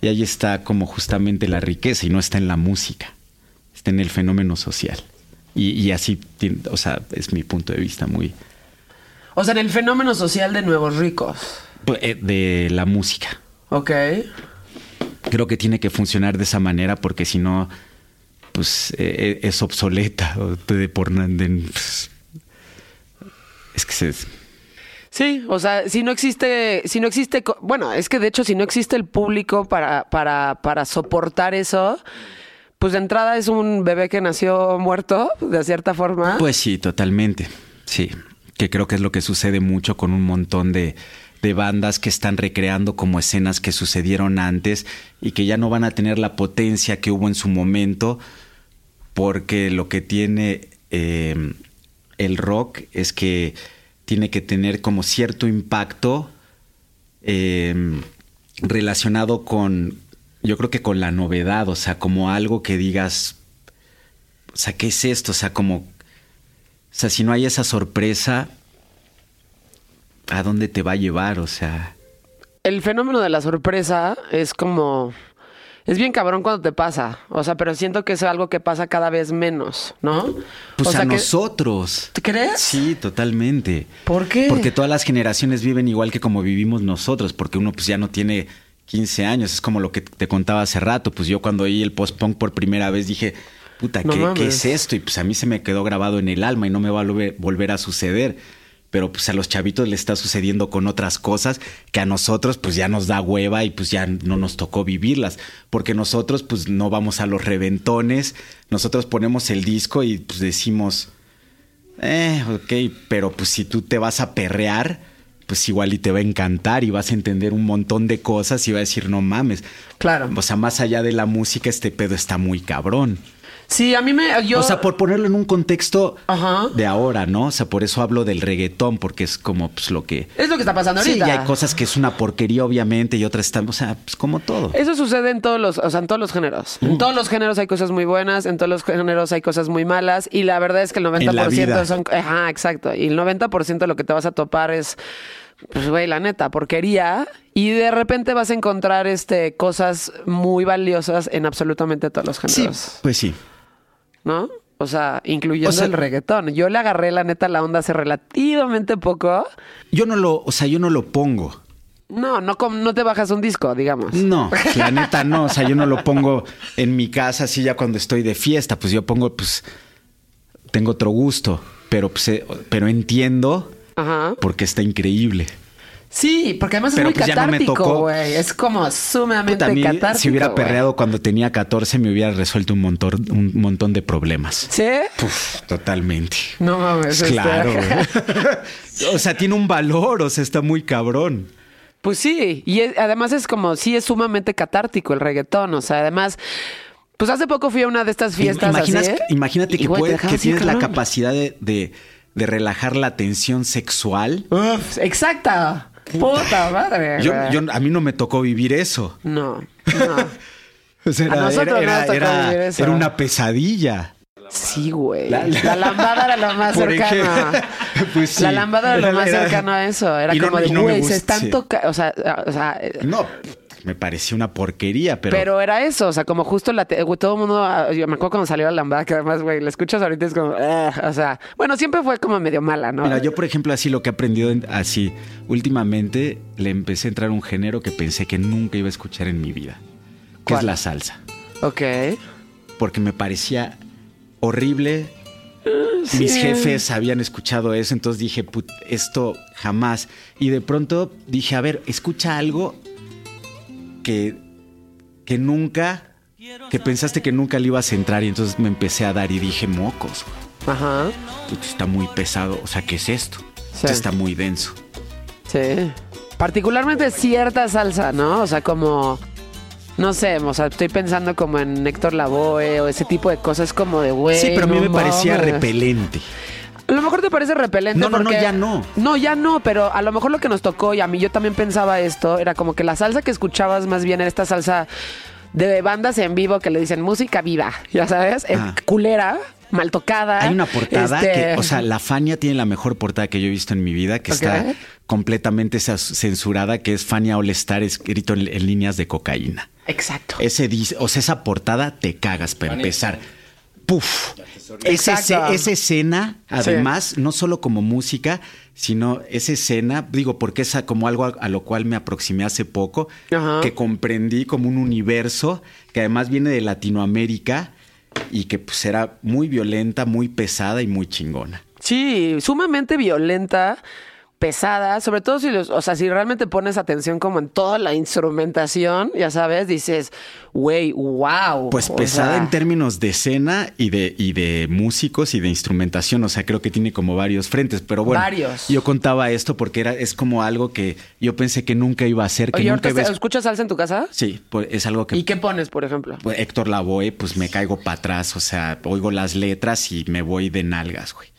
S3: Y ahí está como justamente la riqueza y no está en la música, está en el fenómeno social. Y, y así, tien- o sea, es mi punto de vista muy...
S2: O sea, en el fenómeno social de nuevos ricos.
S3: pues, eh, de la música.
S2: Ok.
S3: Creo que tiene que funcionar de esa manera porque si no, pues eh, eh, es obsoleta. o te de por- de- pues, es que se...
S2: Sí, o sea, si no existe, si no existe, co- bueno, es que de hecho si no existe el público para, para, para soportar eso, pues de entrada es un bebé que nació muerto, de cierta forma.
S3: Pues sí, totalmente. Sí. Que creo que es lo que sucede mucho con un montón de, de bandas que están recreando como escenas que sucedieron antes y que ya no van a tener la potencia que hubo en su momento, porque lo que tiene eh, el rock es que tiene que tener como cierto impacto eh, relacionado con, yo creo que con la novedad, o sea, como algo que digas, o sea, ¿qué es esto? O sea, como, o sea, si no hay esa sorpresa, ¿a dónde te va a llevar? O sea,
S2: El fenómeno de la sorpresa es como. Es bien cabrón cuando te pasa. O sea, pero siento que es algo que pasa cada vez menos, ¿no?
S3: pues
S2: o sea,
S3: a
S2: que-
S3: nosotros.
S2: ¿Tú crees?
S3: Sí, totalmente.
S2: ¿Por qué?
S3: Porque todas las generaciones viven igual que como vivimos nosotros, porque uno pues ya no tiene 15 años, es como lo que te contaba hace rato, pues yo cuando oí el post-punk por primera vez dije, puta,
S2: No
S3: ¿qué,
S2: mames.
S3: qué es esto? Y pues a mí se me quedó grabado en el alma y no me va a volver- volver a suceder. Pero pues a los chavitos le está sucediendo con otras cosas que a nosotros pues ya nos da hueva y pues ya no nos tocó vivirlas. Porque nosotros pues no vamos a los reventones, nosotros ponemos el disco y pues decimos... Eh, ok, pero pues si tú te vas a perrear, pues igual y te va a encantar y vas a entender un montón de cosas y va a decir, no mames.
S2: Claro.
S3: O sea, más allá de la música, este pedo está muy cabrón.
S2: Sí, a mí me. Yo...
S3: O sea, por ponerlo en un contexto
S2: Ajá.
S3: de ahora, ¿no? O sea, por eso hablo del reggaetón, porque es como pues lo que...
S2: Es lo que está pasando
S3: Sí,
S2: ahorita.
S3: y hay cosas que es una porquería, obviamente, y otras están... O sea, pues como todo.
S2: Eso sucede en todos los, o sea, en todos los géneros. En todos los géneros hay cosas muy buenas, en todos los géneros hay cosas muy malas y la verdad es que el
S3: En la
S2: 90%
S3: vida.
S2: son, ajá, exacto, y el 90% de lo que te vas a topar es pues güey, la neta, porquería y de repente vas a encontrar este cosas muy valiosas en absolutamente todos los
S3: Sí,
S2: géneros,
S3: pues sí.
S2: ¿no? O sea, incluyendo
S3: O sea-
S2: el reggaetón. Yo le agarré la neta la onda hace relativamente poco.
S3: Yo no lo... O sea, yo no lo pongo.
S2: No, no com- no te bajas un disco, digamos.
S3: No, la neta no. O sea, yo no lo pongo en mi casa así ya cuando estoy de fiesta. Pues yo pongo, pues, tengo otro gusto. Pero, pues, eh, pero entiendo
S2: Ajá.
S3: porque está increíble.
S2: Sí, porque además
S3: Pero
S2: es muy
S3: pues ya no me
S2: catártico,
S3: tocó.
S2: güey. es como sumamente
S3: También,
S2: catártico.
S3: si hubiera
S2: güey.
S3: perreado cuando tenía 14, me hubiera resuelto un montón, un montón de problemas.
S2: ¿Sí?
S3: Puf, totalmente.
S2: No mames.
S3: Pues
S2: este-
S3: claro. güey. o sea, tiene un valor. O sea, está muy cabrón.
S2: Pues sí, y es- además es como, sí, es sumamente catártico el reggaetón. O sea, además, pues hace poco fui a una de estas fiestas.
S3: Imaginas-
S2: así, ¿eh?
S3: Imagínate
S2: Y,
S3: que,
S2: güey, te
S3: puede-
S2: dejaban
S3: que
S2: así,
S3: tienes la
S2: cabrón.
S3: capacidad de, de- de relajar la tensión sexual.
S2: Uf, exacta. Puta madre.
S3: Yo,
S2: güey.
S3: yo- a mí no me tocó vivir eso.
S2: No, no.
S3: O sea,
S2: A nosotros no nos tocó vivir eso.
S3: era una pesadilla.
S2: Sí, güey. La,
S3: La- la-
S2: lambada era lo más
S3: Por ejemplo,
S2: cercano.
S3: pues sí.
S2: La lambada era lo más
S3: Era-
S2: cercano a eso. Era
S3: Y no-
S2: como de,
S3: y no me
S2: güey, se
S3: gusta,
S2: están
S3: sí.
S2: tocando. O sea, o sea, eh,
S3: No, me parecía una porquería, pero,
S2: Pero, era eso, o sea, como justo la te- güey, todo el mundo, ah, yo me acuerdo cuando salió la lambada, que además, güey, la escuchas ahorita y es como, "Ah", o sea, bueno, siempre fue como medio mala, ¿no?
S3: Mira, yo por ejemplo así lo que he aprendido en- así últimamente le empecé a entrar a un género que pensé que nunca iba a escuchar en mi vida, que es
S2: ¿Cuál?
S3: la salsa,
S2: Ok.
S3: porque me parecía horrible. Mis jefes habían escuchado eso, entonces dije, "Put, esto jamás. Y de pronto dije, a ver, escucha algo que, que nunca, que pensaste que nunca le ibas a entrar. Y entonces me empecé a dar y dije, mocos, güey,
S2: Ajá.
S3: puta, está muy pesado. O sea, ¿qué es esto? Esto está muy denso.
S2: Sí. Particularmente cierta salsa, ¿no? O sea, como, no sé, o sea, estoy pensando como en Héctor Lavoe o ese tipo de cosas como de, güey.
S3: sí, pero a mí
S2: no
S3: me parecía
S2: mames.
S3: repelente.
S2: A lo mejor te parece repelente.
S3: No, no, no,
S2: porque-
S3: ya no.
S2: No, ya no, pero a lo mejor lo que nos tocó, y a mí yo también pensaba esto, era como que la salsa que escuchabas más bien era esta salsa de bandas en vivo que le dicen música viva, ya sabes, es
S3: Ah.
S2: culera. mal tocada.
S3: Hay una portada
S2: este,
S3: que, o sea, la Fania tiene la mejor portada que yo he visto en mi vida, que
S2: Ok.
S3: está completamente sa- censurada, que es Fania All Star escrito en, en líneas de cocaína.
S2: Exacto.
S3: Ese dis- o sea, esa portada te cagas para empezar. Puf. Esa,
S2: Exacto.
S3: esce- esa escena,
S2: Sí.
S3: además, no solo como música, sino esa escena, digo, porque es a- como algo a, a lo cual me aproximé hace poco,
S2: Ajá.
S3: que comprendí como un universo que además viene de Latinoamérica y que pues era muy violenta, muy pesada y muy chingona.
S2: Sí, sumamente violenta, pesada, sobre todo si los, o sea, si realmente pones atención como en toda la instrumentación, ya sabes, dices, güey, wow.
S3: Pues
S2: O
S3: pesada
S2: sea,
S3: en términos de escena y de, y de músicos y de instrumentación. O sea, creo que tiene como varios frentes. Pero bueno,
S2: Varios.
S3: yo contaba esto porque era, es como algo que yo pensé que nunca iba a hacer, que
S2: Oye,
S3: nunca
S2: ahorita
S3: iba a
S2: te- escuchas salsa en tu casa?
S3: Sí, pues, es algo que
S2: ¿Y qué pones, por ejemplo?
S3: pues, Héctor Lavoe, pues me caigo para atrás. O sea, oigo las letras y me voy de nalgas, güey.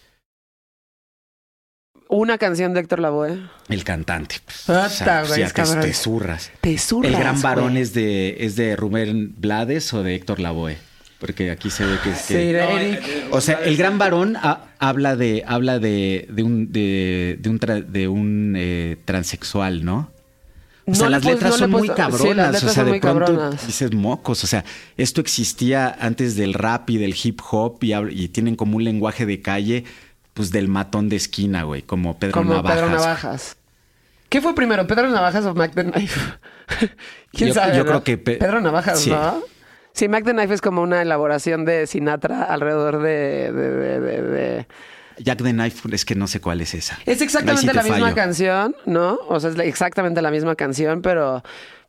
S2: Una canción de Héctor Lavoe.
S3: El cantante. Pues,
S2: Ata,
S3: o sea,
S2: güey,
S3: pues, ya
S2: es
S3: te,
S2: Ah, cabrón.
S3: te zurras.
S2: Te zurras,
S3: El gran varón
S2: güey.
S3: es de, es de Rubén Blades o de Héctor Lavoe. Porque aquí se ve que es
S2: Sí,
S3: que.
S2: de Eric.
S3: O sea, el gran varón ha- habla de habla de, de un de, de un tra- de un eh, transexual, ¿no? O
S2: No
S3: sea,
S2: le
S3: las
S2: pus-
S3: letras
S2: no le
S3: son
S2: pus- sí,
S3: muy
S2: las
S3: cabronas.
S2: letras
S3: o sea,
S2: son
S3: de
S2: muy
S3: pronto
S2: cabronas.
S3: dices mocos. O sea, esto existía antes del rap y del hip hop y, hab- y tienen como un lenguaje de calle, pues del matón de esquina, güey, como Pedro
S2: como
S3: Navajas.
S2: Pedro
S3: güey.
S2: Navajas. ¿Qué fue primero, Pedro Navajas o Mac the Knife? ¿Quién
S3: Yo-
S2: sabe?
S3: yo
S2: no?
S3: creo que Pe-
S2: Pedro Navajas,
S3: sí.
S2: ¿no? Sí, Mac the Knife es como una elaboración de Sinatra alrededor de- de- de- de- de
S3: Jack the Knife, es que no sé cuál es esa.
S2: Es exactamente
S3: Ahí sí te
S2: la misma
S3: fallo.
S2: canción, ¿no? O sea, es la- exactamente la misma canción, pero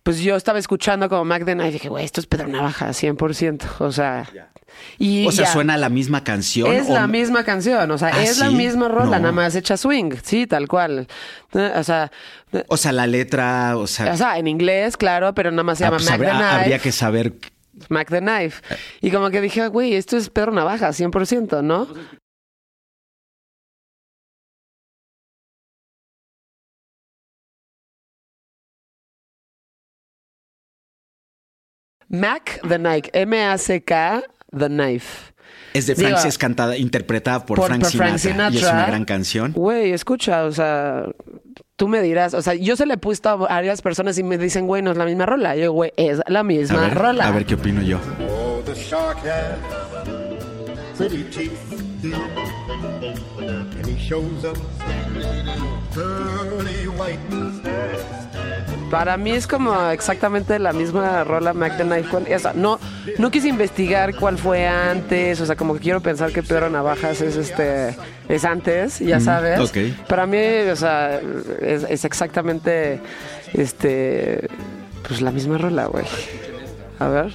S2: pues yo estaba escuchando como Mac the Knife y dije, güey, esto es Pedro Navaja, 100%. O sea, y
S3: O sea,
S2: ya.
S3: suena la misma canción.
S2: Es
S3: o-
S2: la misma canción, o sea,
S3: ¿Ah,
S2: es la
S3: sí?
S2: misma rola,
S3: No.
S2: nada más hecha swing, sí, tal cual. Eh, O sea, eh,
S3: O sea, la letra, o sea,
S2: o sea, en inglés, claro, pero nada más se
S3: ah,
S2: llama
S3: pues,
S2: Mac the
S3: habría,
S2: Knife.
S3: habría que saber
S2: Mac the Knife. Y como que dije, "Ah, güey, esto es Pedro Navaja, 100%, ¿no? Mac the Knife, M-A-C-K, The Knife.
S3: Es de
S2: Digo,
S3: Frank, es cantada, interpretada por, Frank,
S2: por Pues,
S3: Sinatra, Y es una gran canción.
S2: Güey, escucha, o sea, tú me dirás, o sea, yo se le he puesto a varias personas y me dicen, güey, no es la misma rola. Yo, güey, es la
S3: A
S2: misma
S3: ver,
S2: rola.
S3: a ver qué opino yo.
S7: Oh, the shark has pretty teeth, and he shows them pearly white.
S2: Para mí es como exactamente la misma rola Mac the Knife. Con, o sea, no, no quise investigar cuál fue antes. O sea, como que quiero pensar que Pedro Navajas es este es antes, ya sabes.
S3: ok.
S2: Para mí, o sea, es, es exactamente este pues la misma rola, güey. A ver.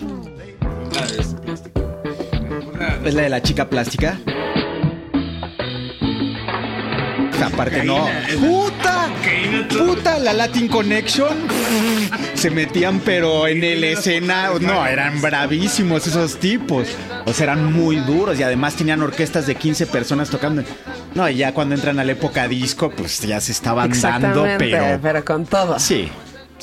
S3: ¿Es la de la chica plástica? Aparte no. ¡Puta! ¡Puta! La Latin Connection. Se metían, pero en el escena. No, eran bravísimos esos tipos. O sea, eran muy duros y además tenían orquestas de 15 personas tocando. No, y ya cuando entran a la época disco, pues ya se estaban dando,
S2: Exactamente,
S3: pero.
S2: con todo.
S3: Sí,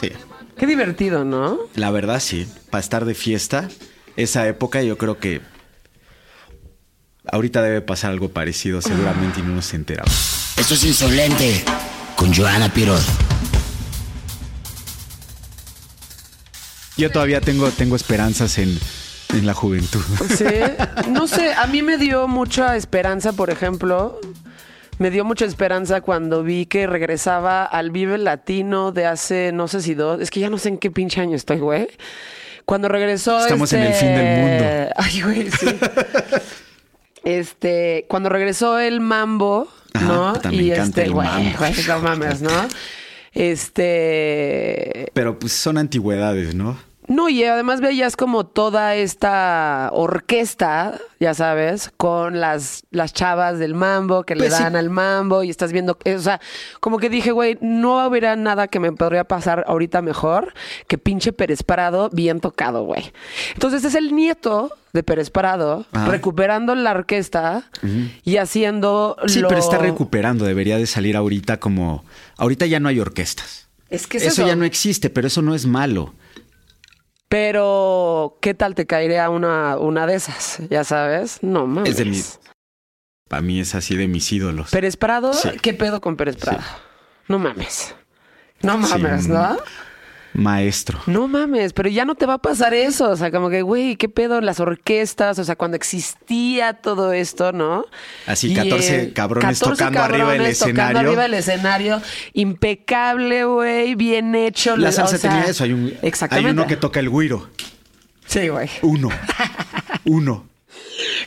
S3: sí.
S2: Qué divertido, ¿no?
S3: La verdad, sí. Para estar de fiesta, esa época yo creo que. Ahorita debe pasar algo parecido, seguramente, y no nos enteramos.
S1: Esto es insolente. Con Joana Piroz.
S3: Yo todavía tengo, tengo esperanzas en, en la juventud.
S2: Sí, no sé, a mí me dio mucha esperanza, por ejemplo. Me dio mucha esperanza cuando vi que regresaba al Vive Latino de hace, no sé si dos, es que ya no sé en qué pinche año estoy, güey. Cuando regresó.
S3: Estamos en el
S2: este-
S3: fin del mundo.
S2: Ay, güey, sí. Este, cuando regresó el mambo,
S3: Ajá,
S2: ¿no?
S3: puta, me
S2: y
S3: encanta
S2: este,
S3: el
S2: güey,
S3: mambo.
S2: güey, no mames, ¿no? Este,
S3: Pero pues son antigüedades, ¿no?
S2: no, y además veías como toda esta orquesta, ya sabes, con las, las chavas del mambo que
S3: Pues
S2: le
S3: sí.
S2: dan al mambo y estás viendo, eh, o sea, como que dije, güey, no hubiera nada que me podría pasar ahorita mejor que pinche Pérez Parado bien tocado, güey. Entonces es el nieto de Pérez Parado
S3: Ajá.
S2: recuperando la orquesta y haciendo
S3: Sí,
S2: lo-
S3: pero está recuperando. Debería de salir ahorita como. Ahorita ya no hay orquestas.
S2: Es que es
S3: eso
S2: eso.
S3: ya no existe, pero eso no es malo.
S2: Pero, ¿qué tal te caería una, una de esas? Ya sabes, no mames.
S3: Es de mi- Para mí es así de mis ídolos.
S2: Pérez Prado,
S3: Sí.
S2: ¿qué pedo con Pérez Prado? No mames. No
S3: Sí,
S2: mames,
S3: un-
S2: ¿no?
S3: Maestro.
S2: No mames, pero ya no te va a pasar eso. O sea, como que, güey, ¿qué pedo? Las orquestas, o sea, cuando existía todo esto, ¿no?
S3: Así,
S2: Y,
S3: 14
S2: eh,
S3: cabrones tocando arriba del
S2: tocando
S3: escenario.
S2: arriba del escenario. Impecable, güey, bien hecho.
S3: La
S2: o
S3: salsa
S2: sea,
S3: tenía eso. Hay, un, hay
S2: Exactamente.
S3: uno que toca el güiro.
S2: Sí, güey.
S3: Uno. Uno.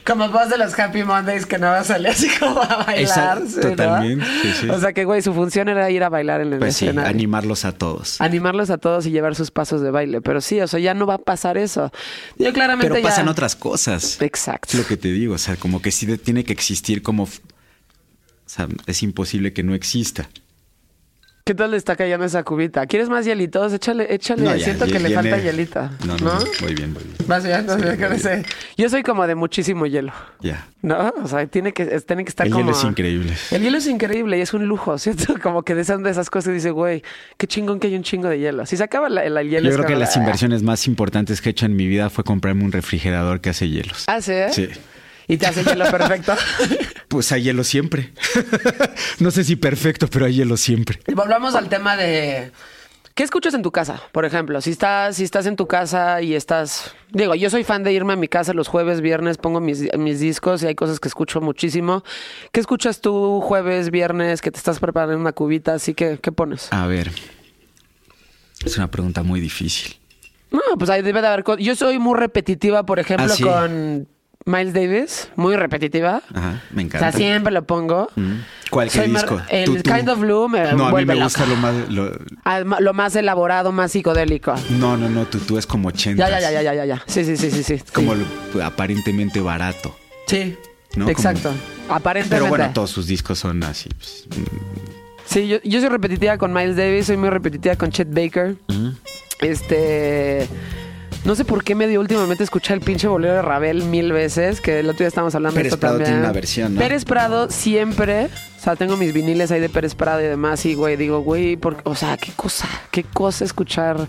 S2: Como voz de los Happy Mondays que nada más salía así como a bailar.
S3: Exacto,
S2: ¿sí, no?
S3: totalmente, sí, sí.
S2: O sea, que, güey, su función era ir a bailar en el
S3: Pues sí,
S2: escenario.
S3: animarlos a todos.
S2: animarlos a todos y llevar sus pasos de baile. Pero sí, o sea, ya no va a pasar eso. Yo claramente
S3: Pero
S2: ya-
S3: pasan otras cosas. Es
S2: Exacto.
S3: lo que te digo. O sea, como que sí de- tiene que existir como... f- O sea, es imposible que no exista.
S2: ¿Qué tal le está cayendo esa cubita? ¿Quieres más hielitos? Échale, échale.
S3: No, ya,
S2: Siento que le
S3: viene-
S2: falta hielita.
S3: No, no, no, muy bien, muy bien.
S2: Más bien, más bien, con ese. Yo soy como de muchísimo hielo.
S3: Ya.
S2: ¿No? O sea, tiene que, es- tiene que estar
S3: El
S2: como.
S3: hielo es increíble.
S2: El hielo es increíble y es un lujo, ¿cierto? Como que de esas, de esas cosas y dice, güey, qué chingón que hay un chingo de hielo. Si se acaba la- el, el hielo.
S3: Yo
S2: es
S3: creo que
S2: como-
S3: las inversiones más importantes que he hecho en mi vida fue comprarme un refrigerador que hace hielos.
S2: Ah, ¿sí?
S3: Sí.
S2: Y te hace hielo perfecto.
S3: Pues hay hielo siempre. no sé si perfecto, pero hay hielo siempre.
S2: Y Volvamos al tema de ¿qué escuchas en tu casa? Por ejemplo, si estás, si estás en tu casa y estás, digo, yo soy fan de irme a mi casa los jueves, viernes, pongo mis, mis discos y hay cosas que escucho muchísimo. ¿Qué escuchas tú jueves, viernes, que te estás preparando una cubita? Así que, ¿qué pones?
S3: A ver. Es una pregunta muy difícil.
S2: No, pues ahí debe de haber co- Yo soy muy repetitiva, por ejemplo,
S3: Ah, sí.
S2: con Miles Davis, muy repetitiva.
S3: Ajá, me
S2: O
S3: encanta.
S2: sea, siempre lo pongo.
S3: Mm. ¿Cuál qué
S2: Soy mer-
S3: disco?
S2: el
S3: Tú, tú.
S2: Kind of Blue me
S3: No, a mí
S2: vuelve
S3: me gusta
S2: loca.
S3: lo más. lo-
S2: Alma- Lo más elaborado, más psicodélico.
S3: No, no, no, tú, tú es como 80.
S2: Ya, ya, ya, ya, ya, ya, ya. Sí, sí, sí, sí, sí.
S3: Como
S2: sí.
S3: lo- aparentemente barato.
S2: Sí.
S3: ¿no?
S2: Exacto. Aparentemente.
S3: Pero bueno, todos sus discos son así. pues,
S2: Sí, yo, yo soy repetitiva con Miles Davis, soy muy repetitiva con Chet Baker. Este. No sé por qué me dio últimamente escuchar el pinche bolero de Ravel mil veces, que el otro día estábamos hablando
S3: Pérez
S2: de esto
S3: Prado
S2: también.
S3: tiene una versión, ¿no?
S2: Pérez Prado siempre, o sea, tengo mis viniles ahí de Pérez Prado y demás, y güey, digo, güey, por- o sea, qué cosa, qué cosa escuchar.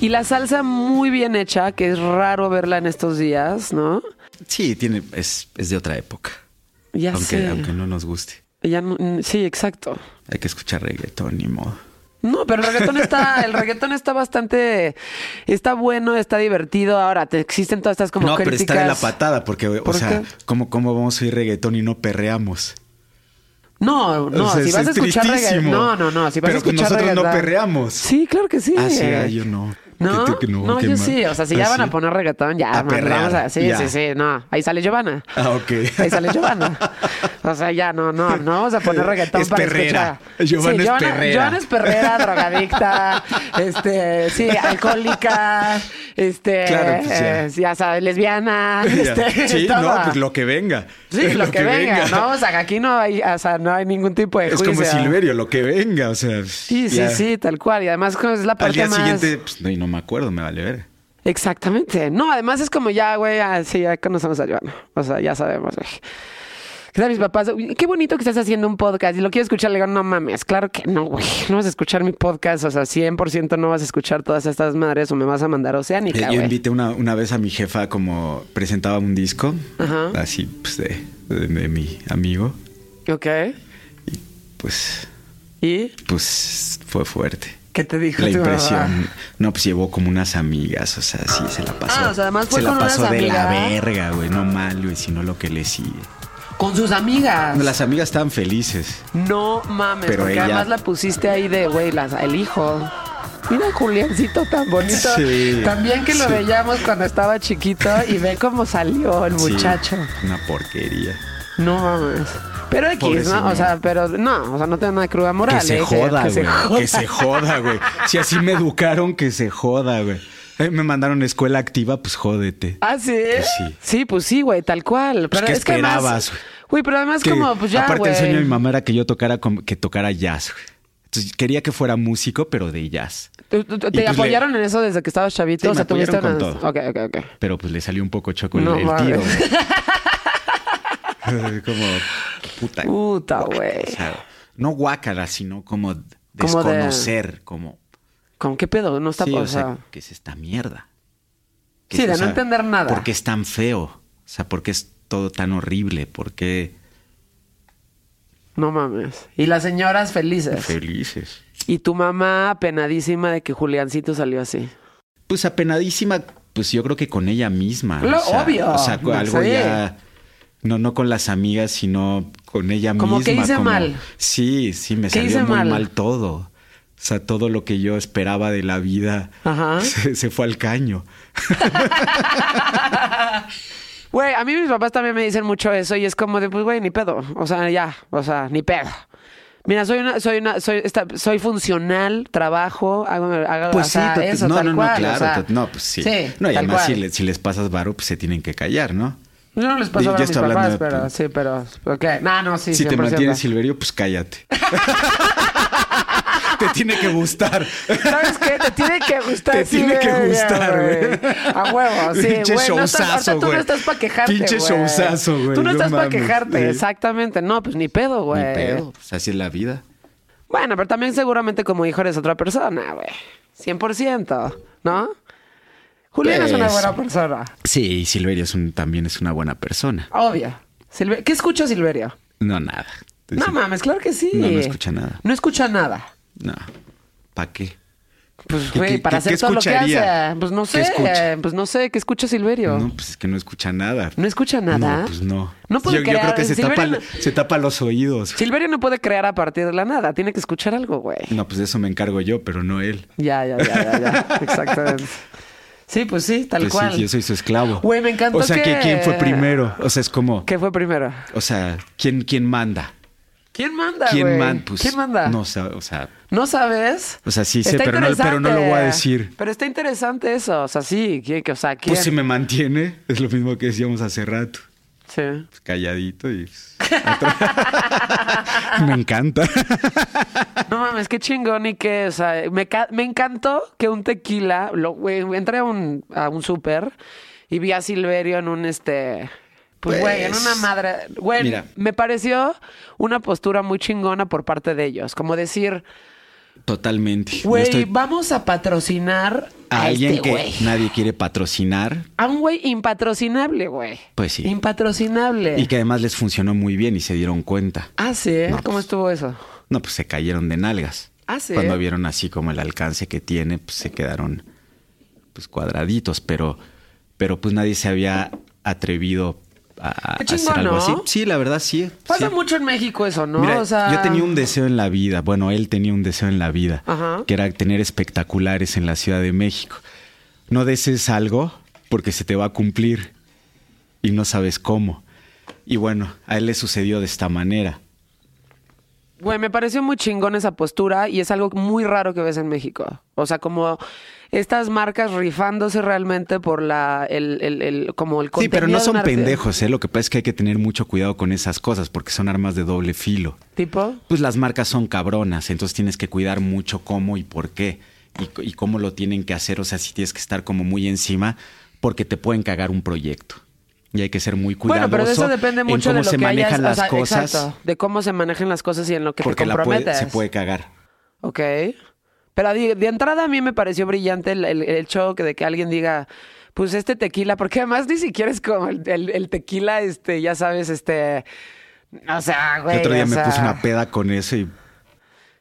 S2: Y la salsa muy bien hecha, que es raro verla en estos días, ¿no?
S3: Sí, tiene, es, es de otra época.
S2: Ya
S3: Aunque,
S2: sé.
S3: aunque no nos guste.
S2: Ya no- mm, sí, exacto.
S3: Hay que escuchar reggaetón, ni modo.
S2: No, pero el reggaetón está, el reggaetón está bastante, está bueno, está divertido. Ahora te existen todas estas como
S3: no, pero
S2: críticas.
S3: está de la patada, porque, o
S2: ¿Por
S3: sea,
S2: qué?
S3: ¿cómo, ¿cómo vamos a oír reggaetón y no perreamos?
S2: No, no,
S3: O sea,
S2: si
S3: es
S2: vas a escuchar reggaetón,
S3: tristísimo.
S2: no, no, no, si vas
S3: Pero
S2: a escuchar
S3: nosotros no
S2: reggaetón-
S3: perreamos.
S2: Sí, claro que sí.
S3: Ah, sí, ah, yo no.
S2: No,
S3: Que te- que no,
S2: no,
S3: qué
S2: yo
S3: mal.
S2: sí, o sea, si ya
S3: Ah,
S2: van a
S3: sí.
S2: poner reggaetón, ya,
S3: A
S2: man,
S3: perrear,
S2: vamos a, sí,
S3: ya.
S2: sí, sí, no, ahí sale Giovanna.
S3: Ah, ok.
S2: Ahí sale Giovanna. O sea, ya no, no, no vamos a poner reggaetón
S3: Es
S2: para
S3: perrera.
S2: escuchar.
S3: Giovanna es perrera.
S2: Giovanna es perrera, drogadicta, este, sí, alcohólica, este,
S3: Claro, pues, ya.
S2: eh, ya sabes, lesbiana, este,
S3: sí,
S2: todo.
S3: no, pues lo que venga.
S2: Sí, lo, que, venga, no, o sea, aquí no hay, o sea, no hay ningún tipo de
S3: Es como
S2: juicio.
S3: Silverio, lo que venga, o sea.
S2: Sí, sí,
S3: ya.
S2: sí, tal cual. Y además es la
S3: Al
S2: parte
S3: día
S2: más...
S3: siguiente, pues, no, y no me acuerdo, me vale ver.
S2: Exactamente. No, además es como ya, güey, así ya conocemos a Joana. O sea, ya sabemos, güey. ¿Qué tal mis papás? "Uy, Qué bonito que estás haciendo un podcast y lo quiero escuchar. Le digo, no mames, claro que no, güey. No vas a escuchar mi podcast. O sea, 100% no vas a escuchar todas estas madres o me vas a mandar a
S3: Eh,
S2: oceánica,
S3: yo
S2: güey.
S3: invité una, una vez a mi jefa como presentaba un disco,
S2: Ajá.
S3: así pues, de, de- de mi amigo,
S2: Ok.
S3: pues,
S2: ¿Y
S3: pues fue fuerte.
S2: qué te dijo
S3: La
S2: tu mamá?
S3: impresión. No, pues llevó como unas amigas, o sea, sí, se la pasó.
S2: Ah, o sea, además fue
S3: se la
S2: con
S3: pasó
S2: unas
S3: de la
S2: amigas.
S3: verga, güey, no mal, güey, sino lo que le sigue.
S2: Con sus amigas.
S3: No, Las amigas estaban felices.
S2: No mames,
S3: Pero
S2: porque
S3: ella-
S2: además la pusiste ahí de, güey, las- el hijo. Mira Juliancito tan bonito.
S3: Sí.
S2: También que lo
S3: Sí.
S2: veíamos cuando estaba chiquito y ve cómo salió el
S3: Sí,
S2: muchacho.
S3: una porquería.
S2: No mames. Pero X,
S3: Pobre
S2: ¿no?
S3: señor.
S2: O sea, pero no, o sea, no tengo nada de cruda moral.
S3: que se
S2: eh,
S3: joda,
S2: que se
S3: güey. Que se joda, güey. Si así me educaron, que se joda, güey. Eh, Me mandaron a escuela activa, pues jódete.
S2: Ah, sí.
S3: sí.
S2: Sí, pues sí, güey, tal cual. Pero
S3: ¿qué
S2: es que además-
S3: esperabas, güey?
S2: Güey, pero además,
S3: Que,
S2: como, pues ya.
S3: aparte el
S2: güey.
S3: sueño de mi mamá era que yo tocara como- que tocara jazz. güey. Entonces quería que fuera músico, pero de jazz.
S2: ¿Te, te-
S3: Y
S2: te
S3: pues
S2: apoyaron
S3: le-
S2: en eso desde que estabas chavito?
S3: Sí,
S2: o sea,
S3: me apoyaron
S2: tuviste una.
S3: con todo.
S2: Ok, ok, ok.
S3: Pero pues le salió un poco choco el,
S2: No
S3: el
S2: mames.
S3: tiro. güey. como puta.
S2: Puta,
S3: guácala,
S2: Uh, güey.
S3: o sea, no guácala, sino como
S2: Como de-
S3: desconocer, como
S2: ¿Con qué pedo? No está
S3: Sí, o
S2: o sea,
S3: sea, ¿qué es esta mierda? que-
S2: Sí, de
S3: o
S2: no
S3: sea,
S2: entender nada.
S3: ¿Por qué es tan feo? O sea, ¿por qué es todo tan horrible? ¿Por qué
S2: No mames. Y las señoras felices.
S3: felices?
S2: Y tu mamá apenadísima de que Juliancito salió así.
S3: Pues apenadísima, pues yo creo que con ella misma.
S2: Lo obvio, pues,
S3: O sea, cu- algo
S2: sí.
S3: ya. No, no con las amigas, sino con ella
S2: Como
S3: misma.
S2: que hice mal.
S3: Sí, sí, me
S2: ¿Qué
S3: salió
S2: hice
S3: muy
S2: mal?
S3: mal? todo. O sea, todo lo que yo esperaba de la vida
S2: Ajá.
S3: se, se fue al caño.
S2: Güey, a mí mis papás también me dicen mucho eso y es como de, pues, güey, ni pedo. O sea, ya, o sea, ni pedo. Mira, soy una, soy una, soy, esta- soy funcional, trabajo, hago, hago
S3: Pues
S2: o sea,
S3: sí, tot-
S2: eso,
S3: no,
S2: tal
S3: no,
S2: cual,
S3: no,
S2: o
S3: claro.
S2: sea,
S3: tot- no, pues sí.
S2: Sí,
S3: no, y
S2: tal
S3: además, si,
S2: cual.
S3: le- si les pasas varo, pues se tienen que callar, ¿no?
S2: Yo no les paso
S3: Yo
S2: a ver a mis
S3: estoy
S2: papás,
S3: hablando de-
S2: pero sí, pero, ok. No, no, sí,
S3: si te
S2: 100%.
S3: mantienes Silverio, pues cállate. te tiene que gustar.
S2: ¿Sabes qué? Te tiene que gustar.
S3: Te
S2: sí,
S3: tiene que
S2: güey,
S3: gustar,
S2: güey.
S3: güey.
S2: A huevo, sí,
S3: Pinche
S2: güey. No estás, ahorita
S3: showzazo,
S2: tú no
S3: güey.
S2: estás para quejarte,
S3: Pinche
S2: güey.
S3: showzazo, güey,
S2: Tú no,
S3: no
S2: estás para
S3: mames,
S2: quejarte,
S3: sí.
S2: exactamente. No, pues ni pedo, güey.
S3: Ni pedo, pues así es la vida.
S2: Bueno, pero también seguramente como hijo eres otra persona, güey. 100%, ¿no? Julián es una
S3: Eso.
S2: buena persona.
S3: Sí, y Silverio es un- también es una buena persona.
S2: Obvio. Silve- ¿Qué escucha Silverio?
S3: No, nada.
S2: No
S3: Sí.
S2: mames, claro que sí.
S3: No, no escucha nada.
S2: No escucha nada.
S3: No. ¿Para qué?
S2: Pues,
S3: ¿Qué-
S2: güey,
S3: qué-
S2: para
S3: qué-
S2: hacer
S3: qué
S2: todo lo que
S3: escucharía?
S2: hace. Pues no
S3: ¿Qué
S2: sé.
S3: escucha?
S2: Pues no sé, ¿qué escucha Silverio?
S3: No, pues es que no escucha nada.
S2: ¿No escucha nada?
S3: No, pues no.
S2: No puede
S3: yo, yo
S2: crear-
S3: creo que se
S2: Silverio
S3: tapa,
S2: no-
S3: se tapa los oídos.
S2: Silverio no puede crear a partir de la nada. Tiene que escuchar algo, güey.
S3: No, pues de eso me encargo yo, pero no él.
S2: Ya, ya, ya, ya, ya. Exactamente. Sí, pues sí, tal
S3: Pues sí,
S2: cual.
S3: yo soy su esclavo.
S2: Güey, me encantó
S3: O sea, que...
S2: que-
S3: ¿quién fue primero? O sea, es como...
S2: ¿Qué fue primero?
S3: O sea, ¿quién, quién manda?
S2: ¿Quién manda,
S3: ¿Quién
S2: Ah, güey?
S3: manda? Pues,
S2: ¿Quién manda?
S3: No, sa- o sea,
S2: ¿No sabes?
S3: O sea, sí sé,
S2: Está
S3: pero no- pero no lo voy a
S2: interesante.
S3: decir.
S2: Pero está interesante eso. O sea, sí. que- que- O sea, ¿quién?
S3: pues si me mantiene, es lo mismo que decíamos hace rato.
S2: Sí.
S3: Pues, calladito y... pues, atrás. me encanta.
S2: No mames, qué chingón y qué. O sea, me, ca- me encantó que un tequila. Lo, güey, entré a un, a un súper y vi a Silverio en un este. Pues,
S3: Pues,
S2: güey, en una madre. Güey,
S3: mira.
S2: me pareció una postura muy chingona por parte de ellos. Como decir,
S3: Totalmente. No
S2: güey,
S3: estoy-
S2: vamos a patrocinar a,
S3: a alguien
S2: este
S3: que
S2: güey.
S3: nadie quiere patrocinar
S2: A un güey impatrocinable, güey.
S3: Pues sí.
S2: Impatrocinable.
S3: y que además les funcionó muy bien y se dieron cuenta.
S2: Ah, sí.
S3: No,
S2: ¿Cómo
S3: pues-
S2: estuvo eso?
S3: No, pues se cayeron de nalgas.
S2: Ah, sí.
S3: Cuando vieron así como el alcance que tiene, pues se quedaron pues cuadraditos, pero, pero pues nadie se había atrevido a, a
S2: Qué
S3: hacer
S2: chingón, ¿no?
S3: algo así. Sí, la verdad sí.
S2: Pasa
S3: sí.
S2: mucho en México eso, ¿no?
S3: Mira,
S2: o sea,
S3: yo tenía un deseo en la vida, bueno, él tenía un deseo en la vida,
S2: Ajá.
S3: que era tener espectaculares en la Ciudad de México. No desees algo porque se te va a cumplir y no sabes cómo. Y bueno, a él le sucedió de esta manera.
S2: Güey, me pareció muy chingón esa postura y es algo muy raro que ves en México. O sea, como estas marcas rifándose realmente por la el, el, el- como el
S3: Sí,
S2: contenido
S3: pero no
S2: de un
S3: son
S2: arte-
S3: pendejos, ¿eh? Lo que pasa es que hay que tener mucho cuidado con esas cosas porque son armas de doble filo.
S2: Tipo,
S3: Pues las marcas son cabronas, entonces tienes que cuidar mucho cómo y por qué y, c- y cómo lo tienen que hacer. O sea, sí tienes que estar como muy encima porque te pueden cagar un proyecto. Y hay que ser muy cuidadoso.
S2: bueno, pero de eso depende
S3: en
S2: mucho
S3: cómo
S2: de lo
S3: se
S2: que hayas,
S3: manejan
S2: o
S3: las
S2: sea,
S3: cosas
S2: exacto, de cómo se manejan las cosas y en lo que
S3: porque
S2: te
S3: la puede-
S2: comprometes.
S3: se puede cagar.
S2: Ok. Pero de, de entrada a mí me pareció brillante el, el, el show que de que alguien diga, pues este tequila, porque además ni siquiera es como el, el- el tequila, este, ya sabes, este. O sea, güey.
S3: El otro
S2: o
S3: día me
S2: sea,
S3: puse una peda con eso y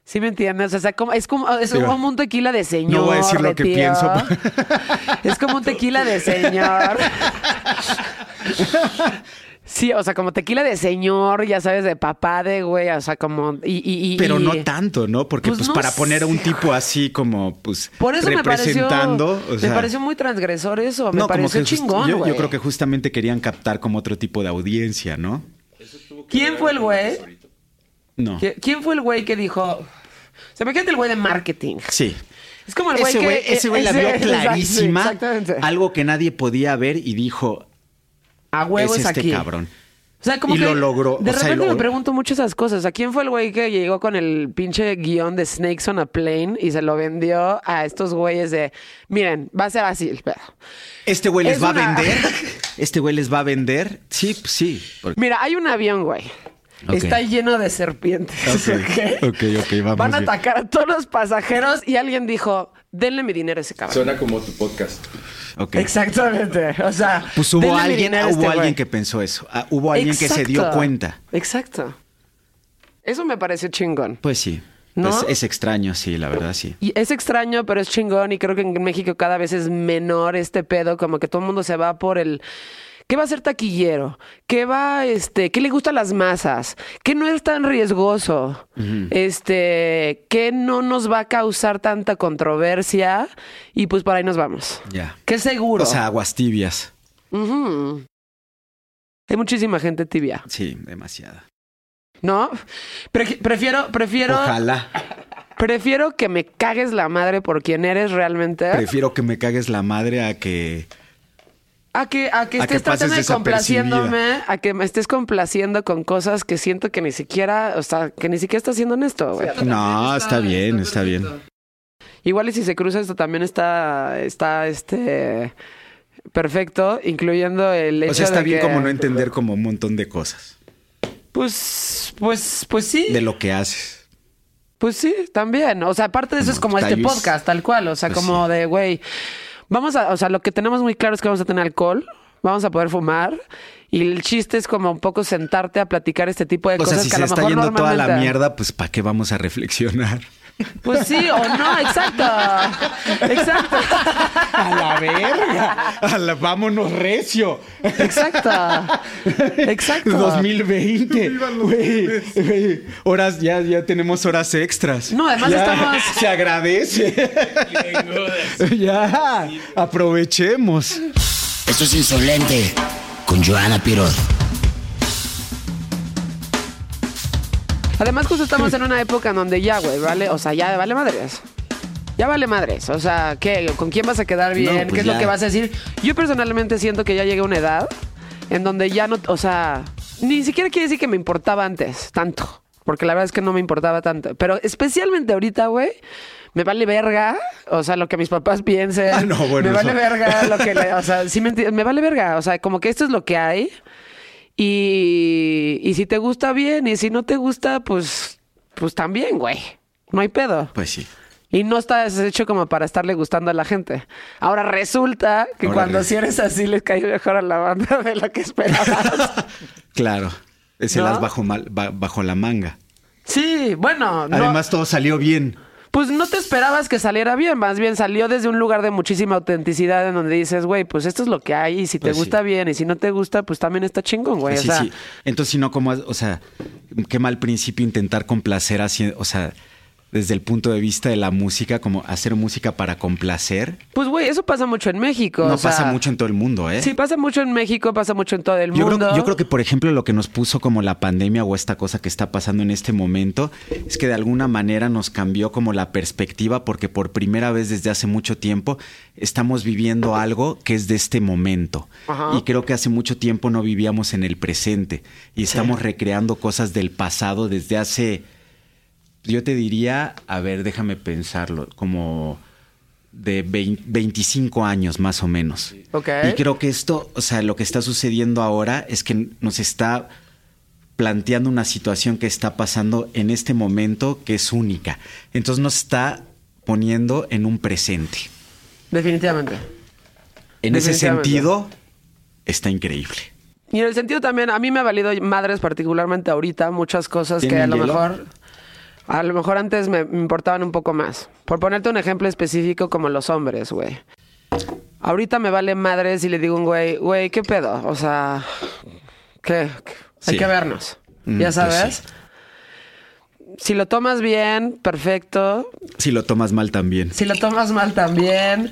S2: Sí me entiendes, o sea, como- es como es
S3: Digo,
S2: como un tequila de señor.
S3: no voy a decir lo
S2: de
S3: que
S2: tío.
S3: pienso.
S2: Es como un tequila de señor. Sí, o sea, como tequila de señor, ya sabes, de papá de güey, o sea, como y, y- y-
S3: Pero
S2: y-
S3: no tanto, ¿no? Porque
S2: Pues
S3: pues,
S2: no
S3: para poner a un
S2: sé.
S3: tipo así como pues
S2: Por eso me pareció
S3: representando, o sea,
S2: me pareció muy transgresor eso, me
S3: no, como
S2: pareció
S3: que just-
S2: chingón,
S3: yo, yo
S2: güey.
S3: creo que justamente querían captar como otro tipo de audiencia, ¿no?
S2: ¿Quién fue el güey?
S3: No.
S2: ¿Qui- ¿Quién fue el güey que dijo? Se me queda el güey de marketing.
S3: Sí.
S2: Es como el güey
S3: Ese
S2: que
S3: güey, ese güey la vio
S2: ese-
S3: clarísima.
S2: Exactamente.
S3: Algo que nadie podía ver y dijo,
S2: A huevos
S3: es este
S2: aquí.
S3: cabrón.
S2: O sea, como
S3: Y
S2: que
S3: lo logró,
S2: De
S3: o sea,
S2: repente
S3: lo-
S2: me pregunto mucho esas cosas. ¿A quién fue el güey que llegó con el pinche guión de Snakes on a Plane y se lo vendió a estos güeyes de, miren, va a ser así el pedo"?
S3: Este güey les
S2: Es
S3: va
S2: una-
S3: a vender. Este güey les va a vender. Sí, pues, sí. Porque-
S2: Mira, hay un avión, güey.
S3: Ok.
S2: Está lleno de serpientes.
S3: Ok,
S2: ¿ok?
S3: ok, ok, vamos
S2: Van a
S3: bien.
S2: atacar a todos los pasajeros y alguien dijo, denle mi dinero a ese cabrón.
S6: Suena como tu podcast.
S3: Ok.
S2: Exactamente. O sea,
S3: Pues hubo
S2: denle
S3: alguien,
S2: Mirinera a
S3: hubo
S2: este
S3: alguien
S2: güey.
S3: que pensó eso. Ah, hubo alguien que se dio
S2: Exacto.
S3: cuenta.
S2: Exacto. Eso me pareció chingón.
S3: Pues sí.
S2: ¿No?
S3: Es, es extraño, sí, la verdad, sí.
S2: Y es extraño, pero es chingón. Y creo que en México cada vez es menor este pedo, como que todo el mundo se va por el. ¿Qué va a ser taquillero? ¿Qué va, este, qué le gustan las masas? ¿Qué no es tan riesgoso? Este, ¿qué no nos va a causar tanta controversia? Y pues para ahí nos vamos.
S3: Ya.
S2: Qué seguro.
S3: O sea, aguas tibias.
S2: Ujú. Hay muchísima gente tibia,
S3: Sí, demasiada.
S2: ¿no? Pre- prefiero, prefiero, ¿Eh?
S3: Ojalá.
S2: prefiero que me cagues la madre por quien eres realmente.
S3: Prefiero que me cagues la madre a que.
S2: A que, a que
S3: A
S2: estés
S3: que pases
S2: tratando de complaciéndome,
S3: desapercibida.
S2: a que me estés complaciendo con cosas que siento que ni siquiera, o sea, que ni siquiera estás siendo honesto, güey.
S3: No, está bien, está bien.
S2: Igual y si se cruza esto también está, está este perfecto, incluyendo el hecho
S3: O sea, está
S2: de
S3: bien
S2: que-
S3: como no entender como un montón de cosas.
S2: Pues, pues, pues sí.
S3: De lo que haces.
S2: Pues sí, también. O sea, aparte de eso es como este
S3: Tallos.
S2: podcast, tal cual. O sea,
S3: Pues
S2: como
S3: sí.
S2: de, güey, vamos a, o sea, lo que tenemos muy claro es que vamos a tener alcohol, vamos a poder fumar. Y el chiste es como un poco sentarte a platicar este tipo de
S3: O sea,
S2: cosas
S3: si
S2: que a
S3: se
S2: lo
S3: está
S2: mejor
S3: yendo toda la
S2: normalmente-
S3: mierda, pues ¿para qué vamos a reflexionar?
S2: Pues sí o no, exacto. Exacto.
S3: A la verga. A la- vámonos recio.
S2: Exacto. Exacto.
S3: 2020. Güey, güey, horas, ya, ya tenemos horas extras.
S2: No, además
S3: Ya,
S2: estamos-
S3: Se agradece. ya, aprovechemos.
S1: Esto es insolente con Joana Piroz.
S2: Además, justo estamos en una época en donde ya, güey, vale, o sea, ya vale madres. Ya vale madres. O sea, ¿qué? ¿Con quién vas a quedar bien?
S3: No, pues
S2: ¿Qué es
S3: ya.
S2: lo que vas a decir? Yo personalmente siento que ya llegué a una edad en donde ya no, o sea, ni siquiera quiere decir que me importaba antes tanto. Porque la verdad es que no me importaba tanto. Pero especialmente ahorita, güey, me vale verga. O sea, lo que mis papás piensen.
S3: Ah, no, bueno,
S2: me vale
S3: eso.
S2: verga lo que le- O sea, sí me, enti- me vale verga. O sea, como que esto es lo que hay. Y, y si te gusta bien, y si no te gusta, pues, pues también, güey. No hay pedo.
S3: Pues sí.
S2: Y no estás hecho como para estarle gustando a la gente. Ahora resulta que
S3: Ahora
S2: cuando
S3: res-
S2: si eres así les cae mejor a la banda de lo que esperabas.
S3: Claro. Se
S2: ¿No?
S3: las bajo, mal, ba- bajo la manga.
S2: sí, bueno, no-
S3: Además, todo salió bien.
S2: pues no te esperabas que saliera bien, más bien salió desde un lugar de muchísima autenticidad en donde dices, güey, pues esto es lo que hay y si
S3: Pues
S2: te
S3: sí.
S2: gusta bien y si no te gusta, pues también está chingón, güey. O
S3: Sí,
S2: sea,
S3: sí. Entonces, si no, como, o sea, qué mal principio intentar complacer, así, o sea, desde el punto de vista de la música, como hacer música para complacer,
S2: pues güey, eso pasa mucho en México.
S3: no
S2: o sea,
S3: pasa mucho en todo el mundo, ¿eh?
S2: Sí, pasa mucho en México, pasa mucho en todo el
S3: Yo
S2: mundo.
S3: creo, yo creo que, por ejemplo, lo que nos puso como la pandemia o esta cosa que está pasando en este momento es que de alguna manera nos cambió como la perspectiva porque por primera vez desde hace mucho tiempo estamos viviendo algo que es de este momento. Y creo que hace mucho tiempo no vivíamos en el presente y estamos recreando cosas del pasado desde hace, yo te diría, a ver, déjame pensarlo, como de 20 25 años más o menos.
S2: Ok.
S3: Y creo que esto, o sea, lo que está sucediendo ahora es que nos está planteando una situación que está pasando en este momento que es única. Entonces nos está poniendo en un presente.
S2: Definitivamente.
S3: En ese
S2: Definitivamente.
S3: sentido, está increíble.
S2: Y en el sentido también, a mí me ha valido madres particularmente ahorita muchas cosas que a
S3: ¿Tienen
S2: lo
S3: hielo?
S2: mejor... A lo mejor antes me me importaban un poco más. Por ponerte un ejemplo específico como los hombres, güey. Ahorita me vale madres y le digo a un güey, güey, ¿qué pedo? O sea, ¿qué?
S3: Sí.
S2: Hay que vernos.
S3: Mm,
S2: ya
S3: pues
S2: sabes.
S3: sí.
S2: Si lo tomas bien, perfecto.
S3: Si lo tomas mal también.
S2: Si lo tomas mal también.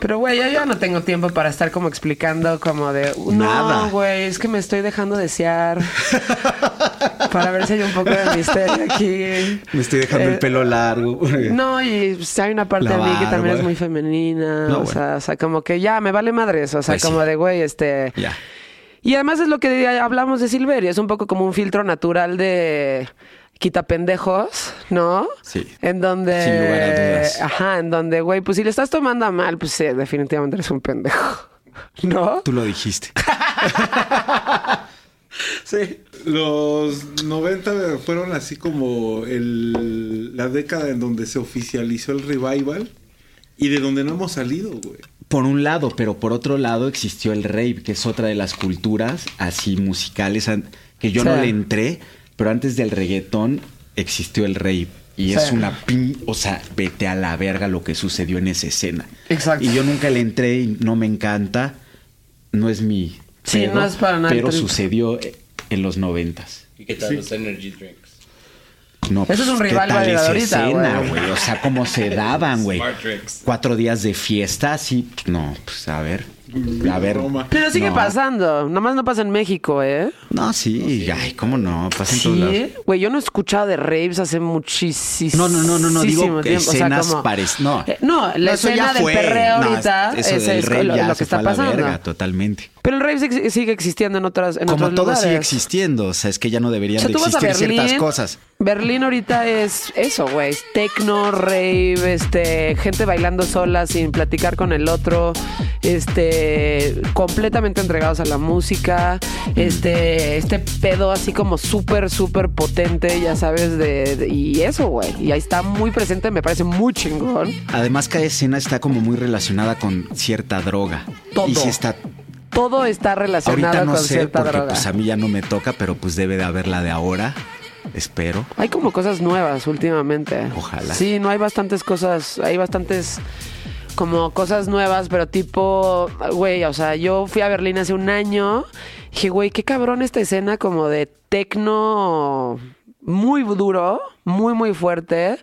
S2: Pero, güey, yo ya no tengo tiempo para estar como explicando como de...
S3: Nada.
S2: No, güey, es que me estoy dejando desear. para ver si hay un poco de misterio aquí.
S3: Me estoy dejando el
S2: Eh,
S3: pelo largo.
S2: No, y pues, hay una parte
S3: La
S2: de mí que también
S3: barba.
S2: es muy femenina.
S3: No,
S2: o,
S3: bueno.
S2: sea, o sea, como que ya, me vale madres. O sea,
S3: Pues sí.
S2: como de, güey, este...
S3: Ya.
S2: Y además es lo que hablamos de Silverio, es un poco como un filtro natural de quitapendejos, ¿no?
S3: Sí.
S2: En donde.
S3: Sin lugar a dudas.
S2: Ajá, en donde, güey, pues si le estás tomando a mal, pues sí, definitivamente eres un pendejo. ¿No?
S3: Tú lo dijiste.
S8: Sí. Los 90 fueron así como el- la década en donde se oficializó el revival y de donde no hemos salido, güey.
S3: Por un lado, pero por otro lado existió el rave, que es otra de las culturas así musicales an- que yo
S2: Sí.
S3: no le entré, pero antes del reggaetón existió el rave. Y es
S9: Sí.
S3: una pin, o sea, vete a la verga lo que sucedió en esa escena.
S9: Exacto.
S3: Y yo nunca le entré y no me encanta. No es mi.
S2: Sí, no es para nada
S3: Pero
S2: el trip.
S3: sucedió eh, en los noventas.
S6: ¿Y qué tal los energy drinks?
S3: No, pues,
S2: Eso es un
S3: ¿qué
S2: revival
S3: tal
S2: de la
S3: esa
S2: ahorita,
S3: escena,
S2: güey?
S3: O sea, cómo se daban, güey.
S6: Smart tricks.
S3: Cuatro días de fiesta, sí. No, pues a ver. A ver.
S8: Roma.
S2: Pero sigue
S3: No.
S2: pasando. Nomás no pasa en México, ¿eh?
S3: No, sí. Ay, cómo no. Pasa en todos lados.
S2: Sí. Güey, yo no he escuchado de raves hace muchísimo
S3: No, no, no, no, no, digo
S2: tiempo. O sea,
S3: escenas
S2: como-
S3: parec- no.
S2: Eh, No, la
S3: No, eso
S2: escena
S3: ya
S2: del
S3: fue.
S2: perreo
S3: No,
S2: ahorita
S3: eso
S2: es,
S3: del
S2: es
S3: rave
S2: lo,
S3: ya
S2: lo que
S3: se
S2: está
S3: fue a la
S2: pasando.
S3: verga, totalmente.
S2: Pero el rave sig- sigue existiendo en otras en
S3: Como
S2: otros
S3: todo
S2: lugares.
S3: sigue existiendo. O sea, es que ya no
S2: O
S3: deberían
S2: sea,
S3: de
S2: tú vas a
S3: existir ciertas
S2: Berlín.
S3: cosas.
S2: Berlín ahorita es eso, güey. es Tecno, rave, este, gente bailando sola sin platicar con el otro, este, completamente entregados a la música, este, este pedo así como súper, súper potente, ya sabes, de, de- y eso, güey. Y ahí está muy presente, me parece muy chingón.
S3: Además, cada escena está como muy relacionada con cierta droga.
S2: Todo.
S3: Y si está.
S2: Todo está relacionado
S3: Ahorita no
S2: con
S3: sé,
S2: cierta
S3: porque
S2: droga.
S3: pues a mí ya no me toca, pero pues debe de haber la de ahora. Espero.
S2: Hay como cosas nuevas últimamente.
S3: Ojalá.
S2: Sí, no hay bastantes cosas, hay bastantes como cosas nuevas, pero tipo, güey, o sea, yo fui a Berlín hace un año, dije, güey, qué cabrón esta escena como de tecno muy duro, muy, muy fuerte.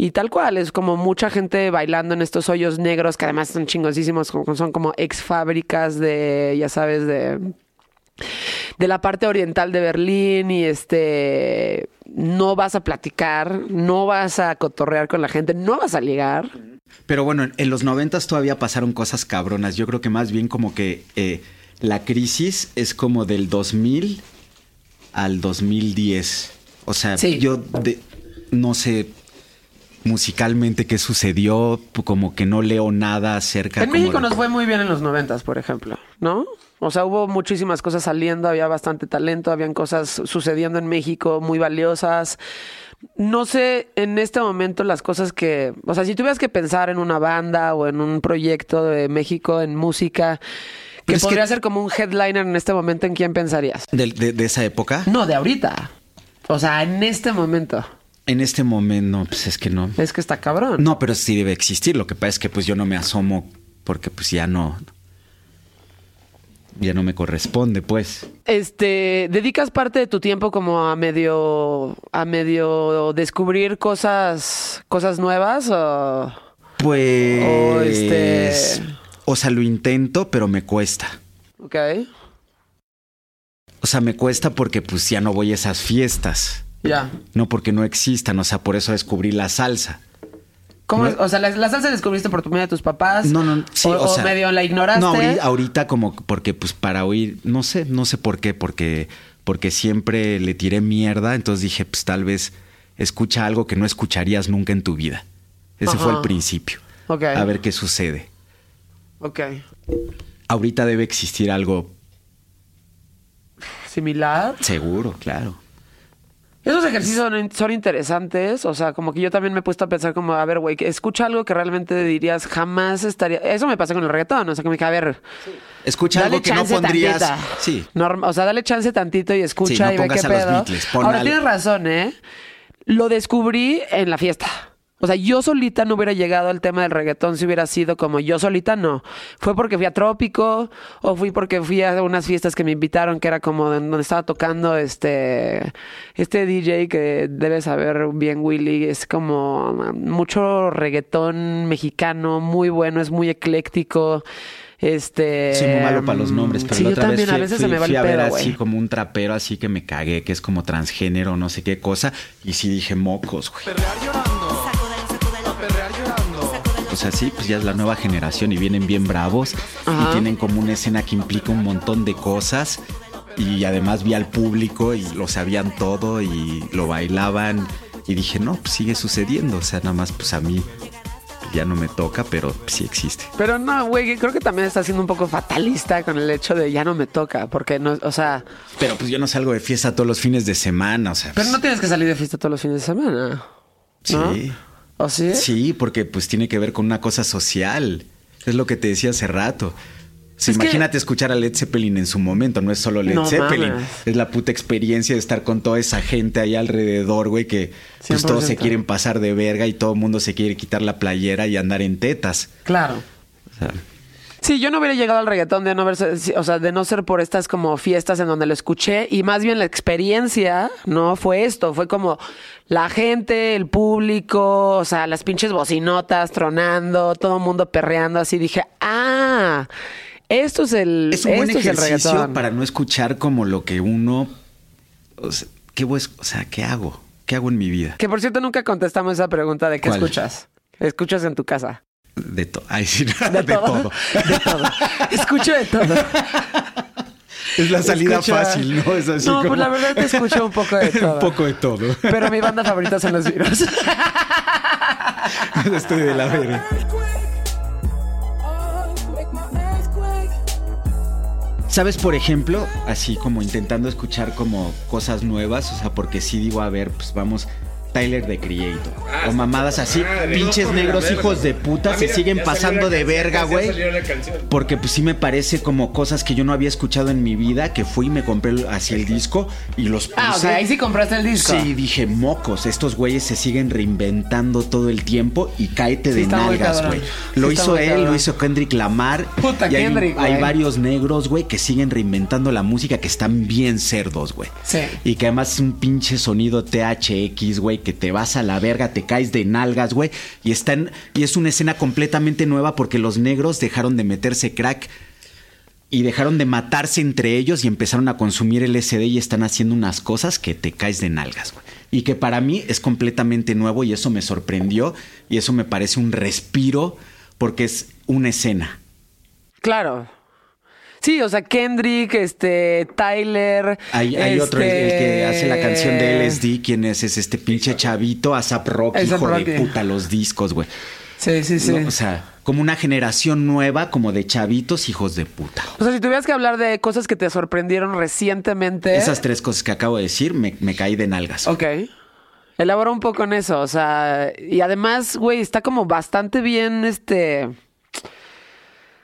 S2: Y tal cual, es como mucha gente bailando en estos hoyos negros que además son chingosísimos, como- son como ex fábricas de, ya sabes, de de la parte oriental de Berlín y este no vas a platicar, no vas a cotorrear con la gente, no vas a ligar.
S3: Pero bueno, en, en los noventas todavía pasaron cosas cabronas. Yo creo que más bien como que eh, la crisis es como del 2000 al 2010. O sea,
S2: Sí.
S3: yo de- no sé musicalmente qué sucedió, p- como que no leo nada acerca.
S2: En
S3: como
S2: México
S3: de-
S2: nos fue muy bien en los noventas, por ejemplo, ¿no? O sea, hubo muchísimas cosas saliendo, había bastante talento, habían cosas sucediendo en México muy valiosas. No sé en este momento las cosas que, o sea, si tuvieras que pensar en una banda o en un proyecto de México en música que
S3: Pero Pues es que-
S2: podría ser como un headliner en este momento, ¿en quién pensarías?
S3: del- de, de esa época.
S2: No, de ahorita. O sea, en este momento.
S3: En este momento, no, pues es que no.
S2: Es que está cabrón.
S3: No, pero sí debe existir. Lo que pasa es que pues yo no me asomo porque pues ya no. Ya no me corresponde, pues.
S2: Este, dedicas parte de tu tiempo como a medio a medio descubrir cosas cosas nuevas o
S3: Pues.
S2: O, este-
S3: O sea, lo intento, pero me cuesta.
S2: Ok.
S3: O sea, me cuesta porque pues ya no voy a esas fiestas.
S2: Ya.
S3: No porque no existan, o sea, por eso descubrí la salsa.
S2: ¿Cómo
S3: No-
S2: es? O sea, la, la salsa descubriste por tu medio de tus papás.
S3: No, no, sí,
S2: o,
S3: o,
S2: o
S3: sea,
S2: medio la ignoraste.
S3: No, ahori- ahorita, como porque pues para oír, no sé, no sé por qué, porque porque siempre le tiré mierda, entonces dije, pues tal vez escucha algo que no escucharías nunca en tu vida. Ese fue
S2: Ajá.
S3: el principio.
S2: Ok.
S3: A ver qué sucede.
S2: Ok.
S3: Ahorita debe existir algo
S2: Similar.
S3: seguro, claro.
S2: Esos ejercicios son, son interesantes, o sea, como que yo también me he puesto a pensar como, a ver, güey, que escucha algo que realmente dirías jamás estaría... Eso me pasa con el reggaetón, o sea, que me dije, a ver,
S3: Escucha algo que no pondrías.
S2: tantita.
S3: Sí.
S2: Norm- o sea, dale chance tantito y escucha
S3: Sí, no
S2: y ve
S3: pongas
S2: qué
S3: a los
S2: pedo.
S3: Beatles, pon
S2: Ahora
S3: al-
S2: tienes razón, ¿eh? Lo descubrí en la fiesta. O sea, yo solita no hubiera llegado al tema del reggaetón si hubiera sido como yo solita, no. Fue porque fui a Trópico o fui porque fui a unas fiestas que me invitaron que era como en donde estaba tocando este este DJ que debes saber bien Willy, es como mucho reggaetón mexicano, muy bueno, es muy ecléctico. Este
S3: Soy muy malo para los nombres, pero
S2: sí,
S3: la
S2: yo
S3: otra
S2: también
S3: vez fui,
S2: a veces
S3: fui-
S2: se me va el
S3: fui a ver
S2: pedo,
S3: así
S2: güey.
S3: como un trapero así que me cagué, que es como transgénero, no sé qué cosa, y sí dije mocos, güey. O sea, sí, pues ya es la nueva generación y vienen bien bravos
S2: Ajá.
S3: y tienen como una escena que implica un montón de cosas y además vi al público y lo sabían todo y lo bailaban y dije, no, pues sigue sucediendo, o sea, nada más pues a mí ya no me toca, pero sí existe.
S2: Pero no, güey, creo que también está siendo un poco fatalista con el hecho de ya no me toca, porque no, o sea,
S3: Pero pues yo no salgo de fiesta todos los fines de semana, o sea.
S2: pero
S3: pues,
S2: no tienes que salir de fiesta todos los fines de semana. ¿no?
S3: Sí.
S2: ¿O sí?
S3: Sí, porque pues tiene que ver con una cosa social. Es lo que te decía hace rato. O sea,
S2: Es que-
S3: imagínate escuchar a Led Zeppelin en su momento, no es solo Led
S2: No
S3: Zeppelin,
S2: mames.
S3: es la puta experiencia de estar con toda esa gente ahí alrededor, güey, que pues todos se
S2: 100%.
S3: quieren pasar de verga y todo el mundo se quiere quitar la playera y andar en tetas.
S2: Claro.
S3: O sea,
S2: Sí, yo no hubiera llegado al reggaetón de no verse- o sea, de no ser por estas como fiestas en donde lo escuché y más bien la experiencia, no fue esto, fue como la gente, el público, o sea, las pinches bocinotas tronando, todo el mundo perreando, así dije, "Ah, esto es el
S3: es un buen
S2: esto es el
S3: ejercicio
S2: reggaetón."
S3: para no escuchar como lo que uno... O sea, ¿qué, voy a esc- o sea, ¿qué hago? ¿Qué hago en mi vida?
S2: Que por cierto nunca contestamos esa pregunta de qué
S3: ¿Cuál?
S2: escuchas. Escuchas en tu casa.
S3: De todo. Ay, sí, de, todo.
S2: De todo. Escucho de todo.
S3: Es la salida
S2: Escucha-
S3: fácil, ¿no? Es así
S2: No,
S3: como-
S2: pues la verdad te escucho un poco de todo.
S3: un poco de todo.
S2: Pero mi banda favorita son los virus.
S3: Estoy de la verga. ¿Sabes, por ejemplo, así como intentando escuchar como cosas nuevas? O sea, porque sí digo, a ver, pues vamos, Tyler de Creator. o mamadas así,
S6: Ah, madre.
S3: pinches
S6: No, por la
S3: negros
S6: verga.
S3: hijos de puta
S6: Ah,
S3: se
S6: mira,
S3: siguen
S6: ya salió
S3: pasando
S6: la
S3: de
S6: canción,
S3: verga,
S6: ya
S3: güey.
S6: salió la canción.
S3: Porque pues sí me parece como cosas que yo no había escuchado en mi vida, que fui y me compré así el disco y los puse.
S2: Ah, o sea, ahí sí compraste el disco.
S3: Sí, dije, mocos, estos güeyes se siguen reinventando todo el tiempo y cáete
S2: Sí,
S3: de
S2: está muy
S3: nalgas,
S2: cabrón.
S3: güey.
S2: Sí,
S3: Lo
S2: está
S3: hizo
S2: muy
S3: él,
S2: cabrón.
S3: lo hizo Kendrick Lamar.
S2: Puta,
S3: y hay-
S2: Kendrick, güey.
S3: hay, varios negros, güey, que siguen reinventando la música que están bien cerdos, güey.
S2: Sí.
S3: Y que además es un pinche sonido THX, güey, que te vas a la verga, te caes de nalgas, güey. Y están, y es una escena completamente nueva porque los negros dejaron de meterse crack. Y dejaron de matarse entre ellos y empezaron a consumir LSD y están haciendo unas cosas que te caes de nalgas, güey. Y que para mí es completamente nuevo y eso me sorprendió y eso me parece un respiro porque es una escena.
S2: Claro. Sí, o sea, Kendrick, este, Tyler.
S3: Hay, hay otro, el, el que
S2: este-
S3: hace la canción de LSD, ¿quién es? Es este pinche chavito, ASAP Rock,
S2: A$AP
S3: hijo de
S2: Rocky.
S3: puta, los discos, güey.
S2: Sí, sí, sí.
S3: No, o sea, como una generación nueva, como de chavitos, hijos de puta.
S2: o sea, si tuvieras que hablar de cosas que te sorprendieron recientemente.
S3: Esas tres cosas que acabo de decir, me, me caí de nalgas.
S2: ¿Eh? Ok. Elabora un poco en eso, o sea, y además, güey, está como bastante bien, este...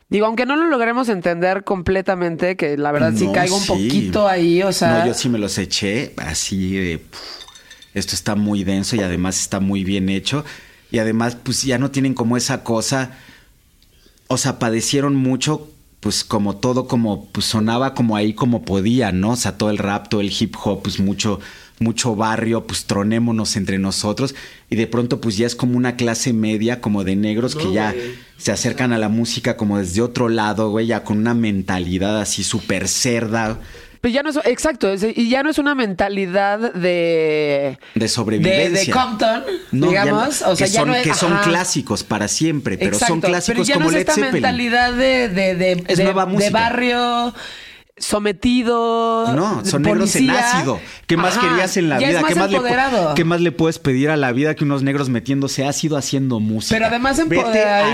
S2: Digo, aunque no lo logremos entender completamente, que la verdad sí
S3: No,
S2: caigo un
S3: sí.
S2: poquito ahí, o sea...
S3: No, yo sí me los eché así de. puf, esto está muy denso y además está muy bien hecho. Y además, pues ya no tienen como esa cosa. O sea, padecieron mucho, pues como todo, como pues, sonaba como ahí como podía, ¿no? O sea, todo el rap, todo el hip hop, pues mucho, mucho barrio, pues tronémonos entre nosotros. Y de pronto, pues ya es como una clase media, como de negros que ya se acercan a la música como desde otro lado, güey, ya con una mentalidad así súper cerda.
S2: Pues ya no es, exacto, es- y ya no es una mentalidad de...
S3: De
S2: De,
S3: sobrevivencia.
S2: de Compton,
S3: No, ya
S2: digamos.
S3: no,
S2: o sea,
S3: que
S2: ya
S3: son,
S2: no es,
S3: que son
S2: ajá.
S3: clásicos para siempre, Eh, pero son
S2: Exacto,
S3: clásicos
S2: pero ya
S3: como
S2: no es
S3: Led
S2: esta
S3: Zeppelin.
S2: mentalidad de, de, de,
S3: Es
S2: de-
S3: nueva
S2: de
S3: música.
S2: barrio sometido.
S3: No,
S2: de
S3: son negros en
S2: policía.
S3: ácido. ¿Qué más
S2: Ajá,
S3: querías en la
S2: ya es
S3: vida?
S2: más
S3: ¿Qué, más le,
S2: empoderado.
S3: pu- qué más le puedes pedir a la vida que unos negros metiéndose ácido haciendo música?
S2: Pero además
S3: Vete a la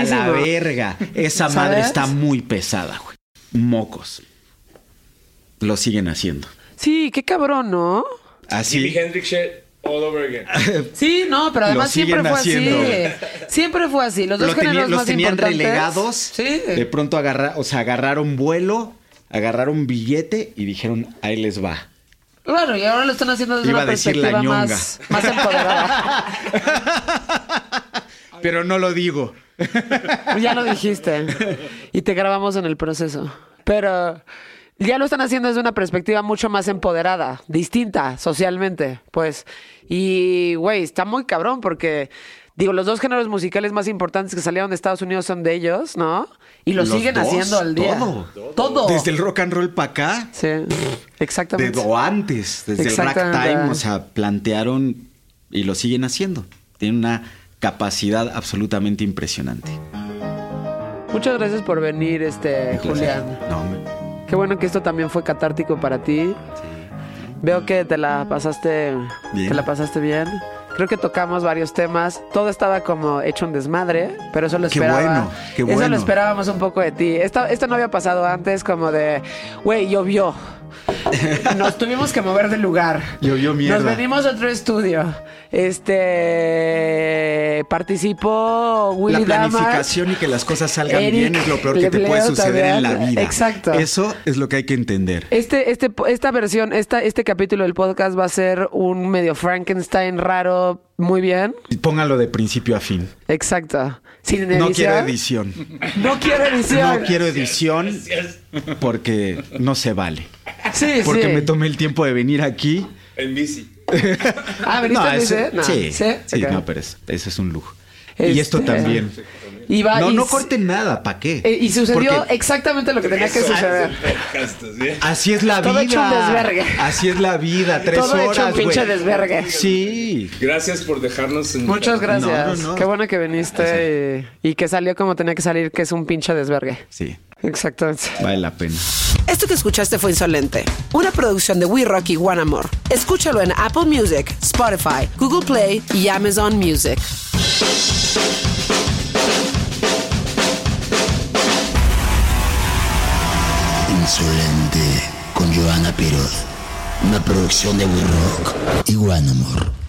S2: empoderadísimo.
S3: verga. Esa madre
S2: ¿Sabes?
S3: está muy pesada, güey. Mocos. Lo siguen haciendo.
S2: Sí, qué cabrón, ¿no?
S3: Así.
S6: Jimi Hendrix shit all over again.
S2: Sí, no, pero
S3: Lo
S2: además siempre
S3: siguen
S2: fue
S3: haciendo.
S2: así. Siempre fue así. Los dos
S3: Lo tenía-
S2: géneros
S3: los
S2: más
S3: tenían
S2: importantes.
S3: relegados. Eh,
S2: Sí.
S3: De pronto agarra, o sea, agarraron vuelo, agarraron billete y dijeron, ahí les va.
S2: Claro, y ahora lo están haciendo desde
S3: Iba
S2: una
S3: a decir la
S2: perspectiva
S3: ñonga.
S2: más, más empoderada.
S3: Pero no lo digo.
S2: Pues ya lo dijiste. Y te grabamos en el proceso. Pero ya lo están haciendo desde una perspectiva mucho más empoderada, distinta socialmente, pues. Y, güey, está muy cabrón porque, digo, los dos géneros musicales más importantes que salieron de Estados Unidos son de ellos, ¿no? Y lo
S3: Los
S2: siguen
S3: dos,
S2: haciendo al día.
S3: todo.
S2: Todo.
S3: Desde el rock and roll para acá,
S2: Sí,
S3: de-
S2: exactamente.
S3: o antes, desde el ragtime,
S2: Exactamente.
S3: o sea, plantearon y lo siguen haciendo. Tienen una capacidad absolutamente impresionante.
S2: Muchas gracias por venir, este,
S3: Un placer.
S2: Julián.
S3: No, me-
S2: Qué bueno que esto también fue catártico para ti. Veo que te la pasaste
S3: Bien.
S2: Te la pasaste bien. Creo que tocamos varios temas. Todo estaba como hecho un desmadre, pero eso lo
S3: Qué
S2: esperaba.
S3: bueno, qué
S2: Eso lo
S3: bueno.
S2: esperábamos un poco de ti. Esto, esto no había pasado antes, como de, güey, llovió. Nos tuvimos que mover de lugar.
S3: Llovió mierda.
S2: Nos venimos a otro estudio. Este. eh, participó
S3: La
S2: Willy Damas.
S3: planificación y que las cosas salgan
S2: Eric
S3: bien es lo peor que te
S2: Lebleo
S3: puede suceder en la
S2: también.
S3: vida.
S2: Exacto.
S3: Eso es lo que hay que entender.
S2: Este, este, esta versión, esta, este capítulo del podcast va a ser un medio Frankenstein raro, muy bien.
S3: Póngalo de principio a fin.
S2: Exacto. Sin edición.
S3: No quiero edición.
S2: No quiero edición.
S3: No quiero edición porque no se vale.
S2: Sí,
S3: Porque
S2: sí.
S3: me tomé el tiempo de venir aquí.
S6: En bici.
S2: Ah, ¿veniste a
S3: eso-
S2: ese? No.
S3: Sí,
S2: ¿Sí?
S3: sí,
S2: Ok.
S3: no, pero eso, eso es un lujo. Y
S2: Este-
S3: esto también.
S2: Y va-
S3: No,
S2: y
S3: no
S2: s-
S3: corten nada, ¿para qué?
S2: eh, Y sucedió
S3: Porque
S2: exactamente lo que tenía que suceder.
S3: Así es la
S2: Todo
S3: vida.
S2: hecho un desvergue.
S3: Así es la vida. Tres
S2: Todo
S3: horas.
S2: hecho un pinche
S3: güey.
S2: desvergue.
S3: Sí.
S6: Gracias por dejarnos en...
S2: Muchas gracias.
S3: no, no.
S2: Qué bueno que viniste y, y que salió como tenía que salir, que es un pinche desvergue.
S3: Sí,
S2: Exactamente.
S3: vale la pena.
S10: Esto que escuchaste fue Insolente, una producción de We Rock y One Amor. Escúchalo en Apple Music, Spotify, Google Play y Amazon Music.
S1: Insolente con Joana Piroz. Una producción de We Rock y Guanamor.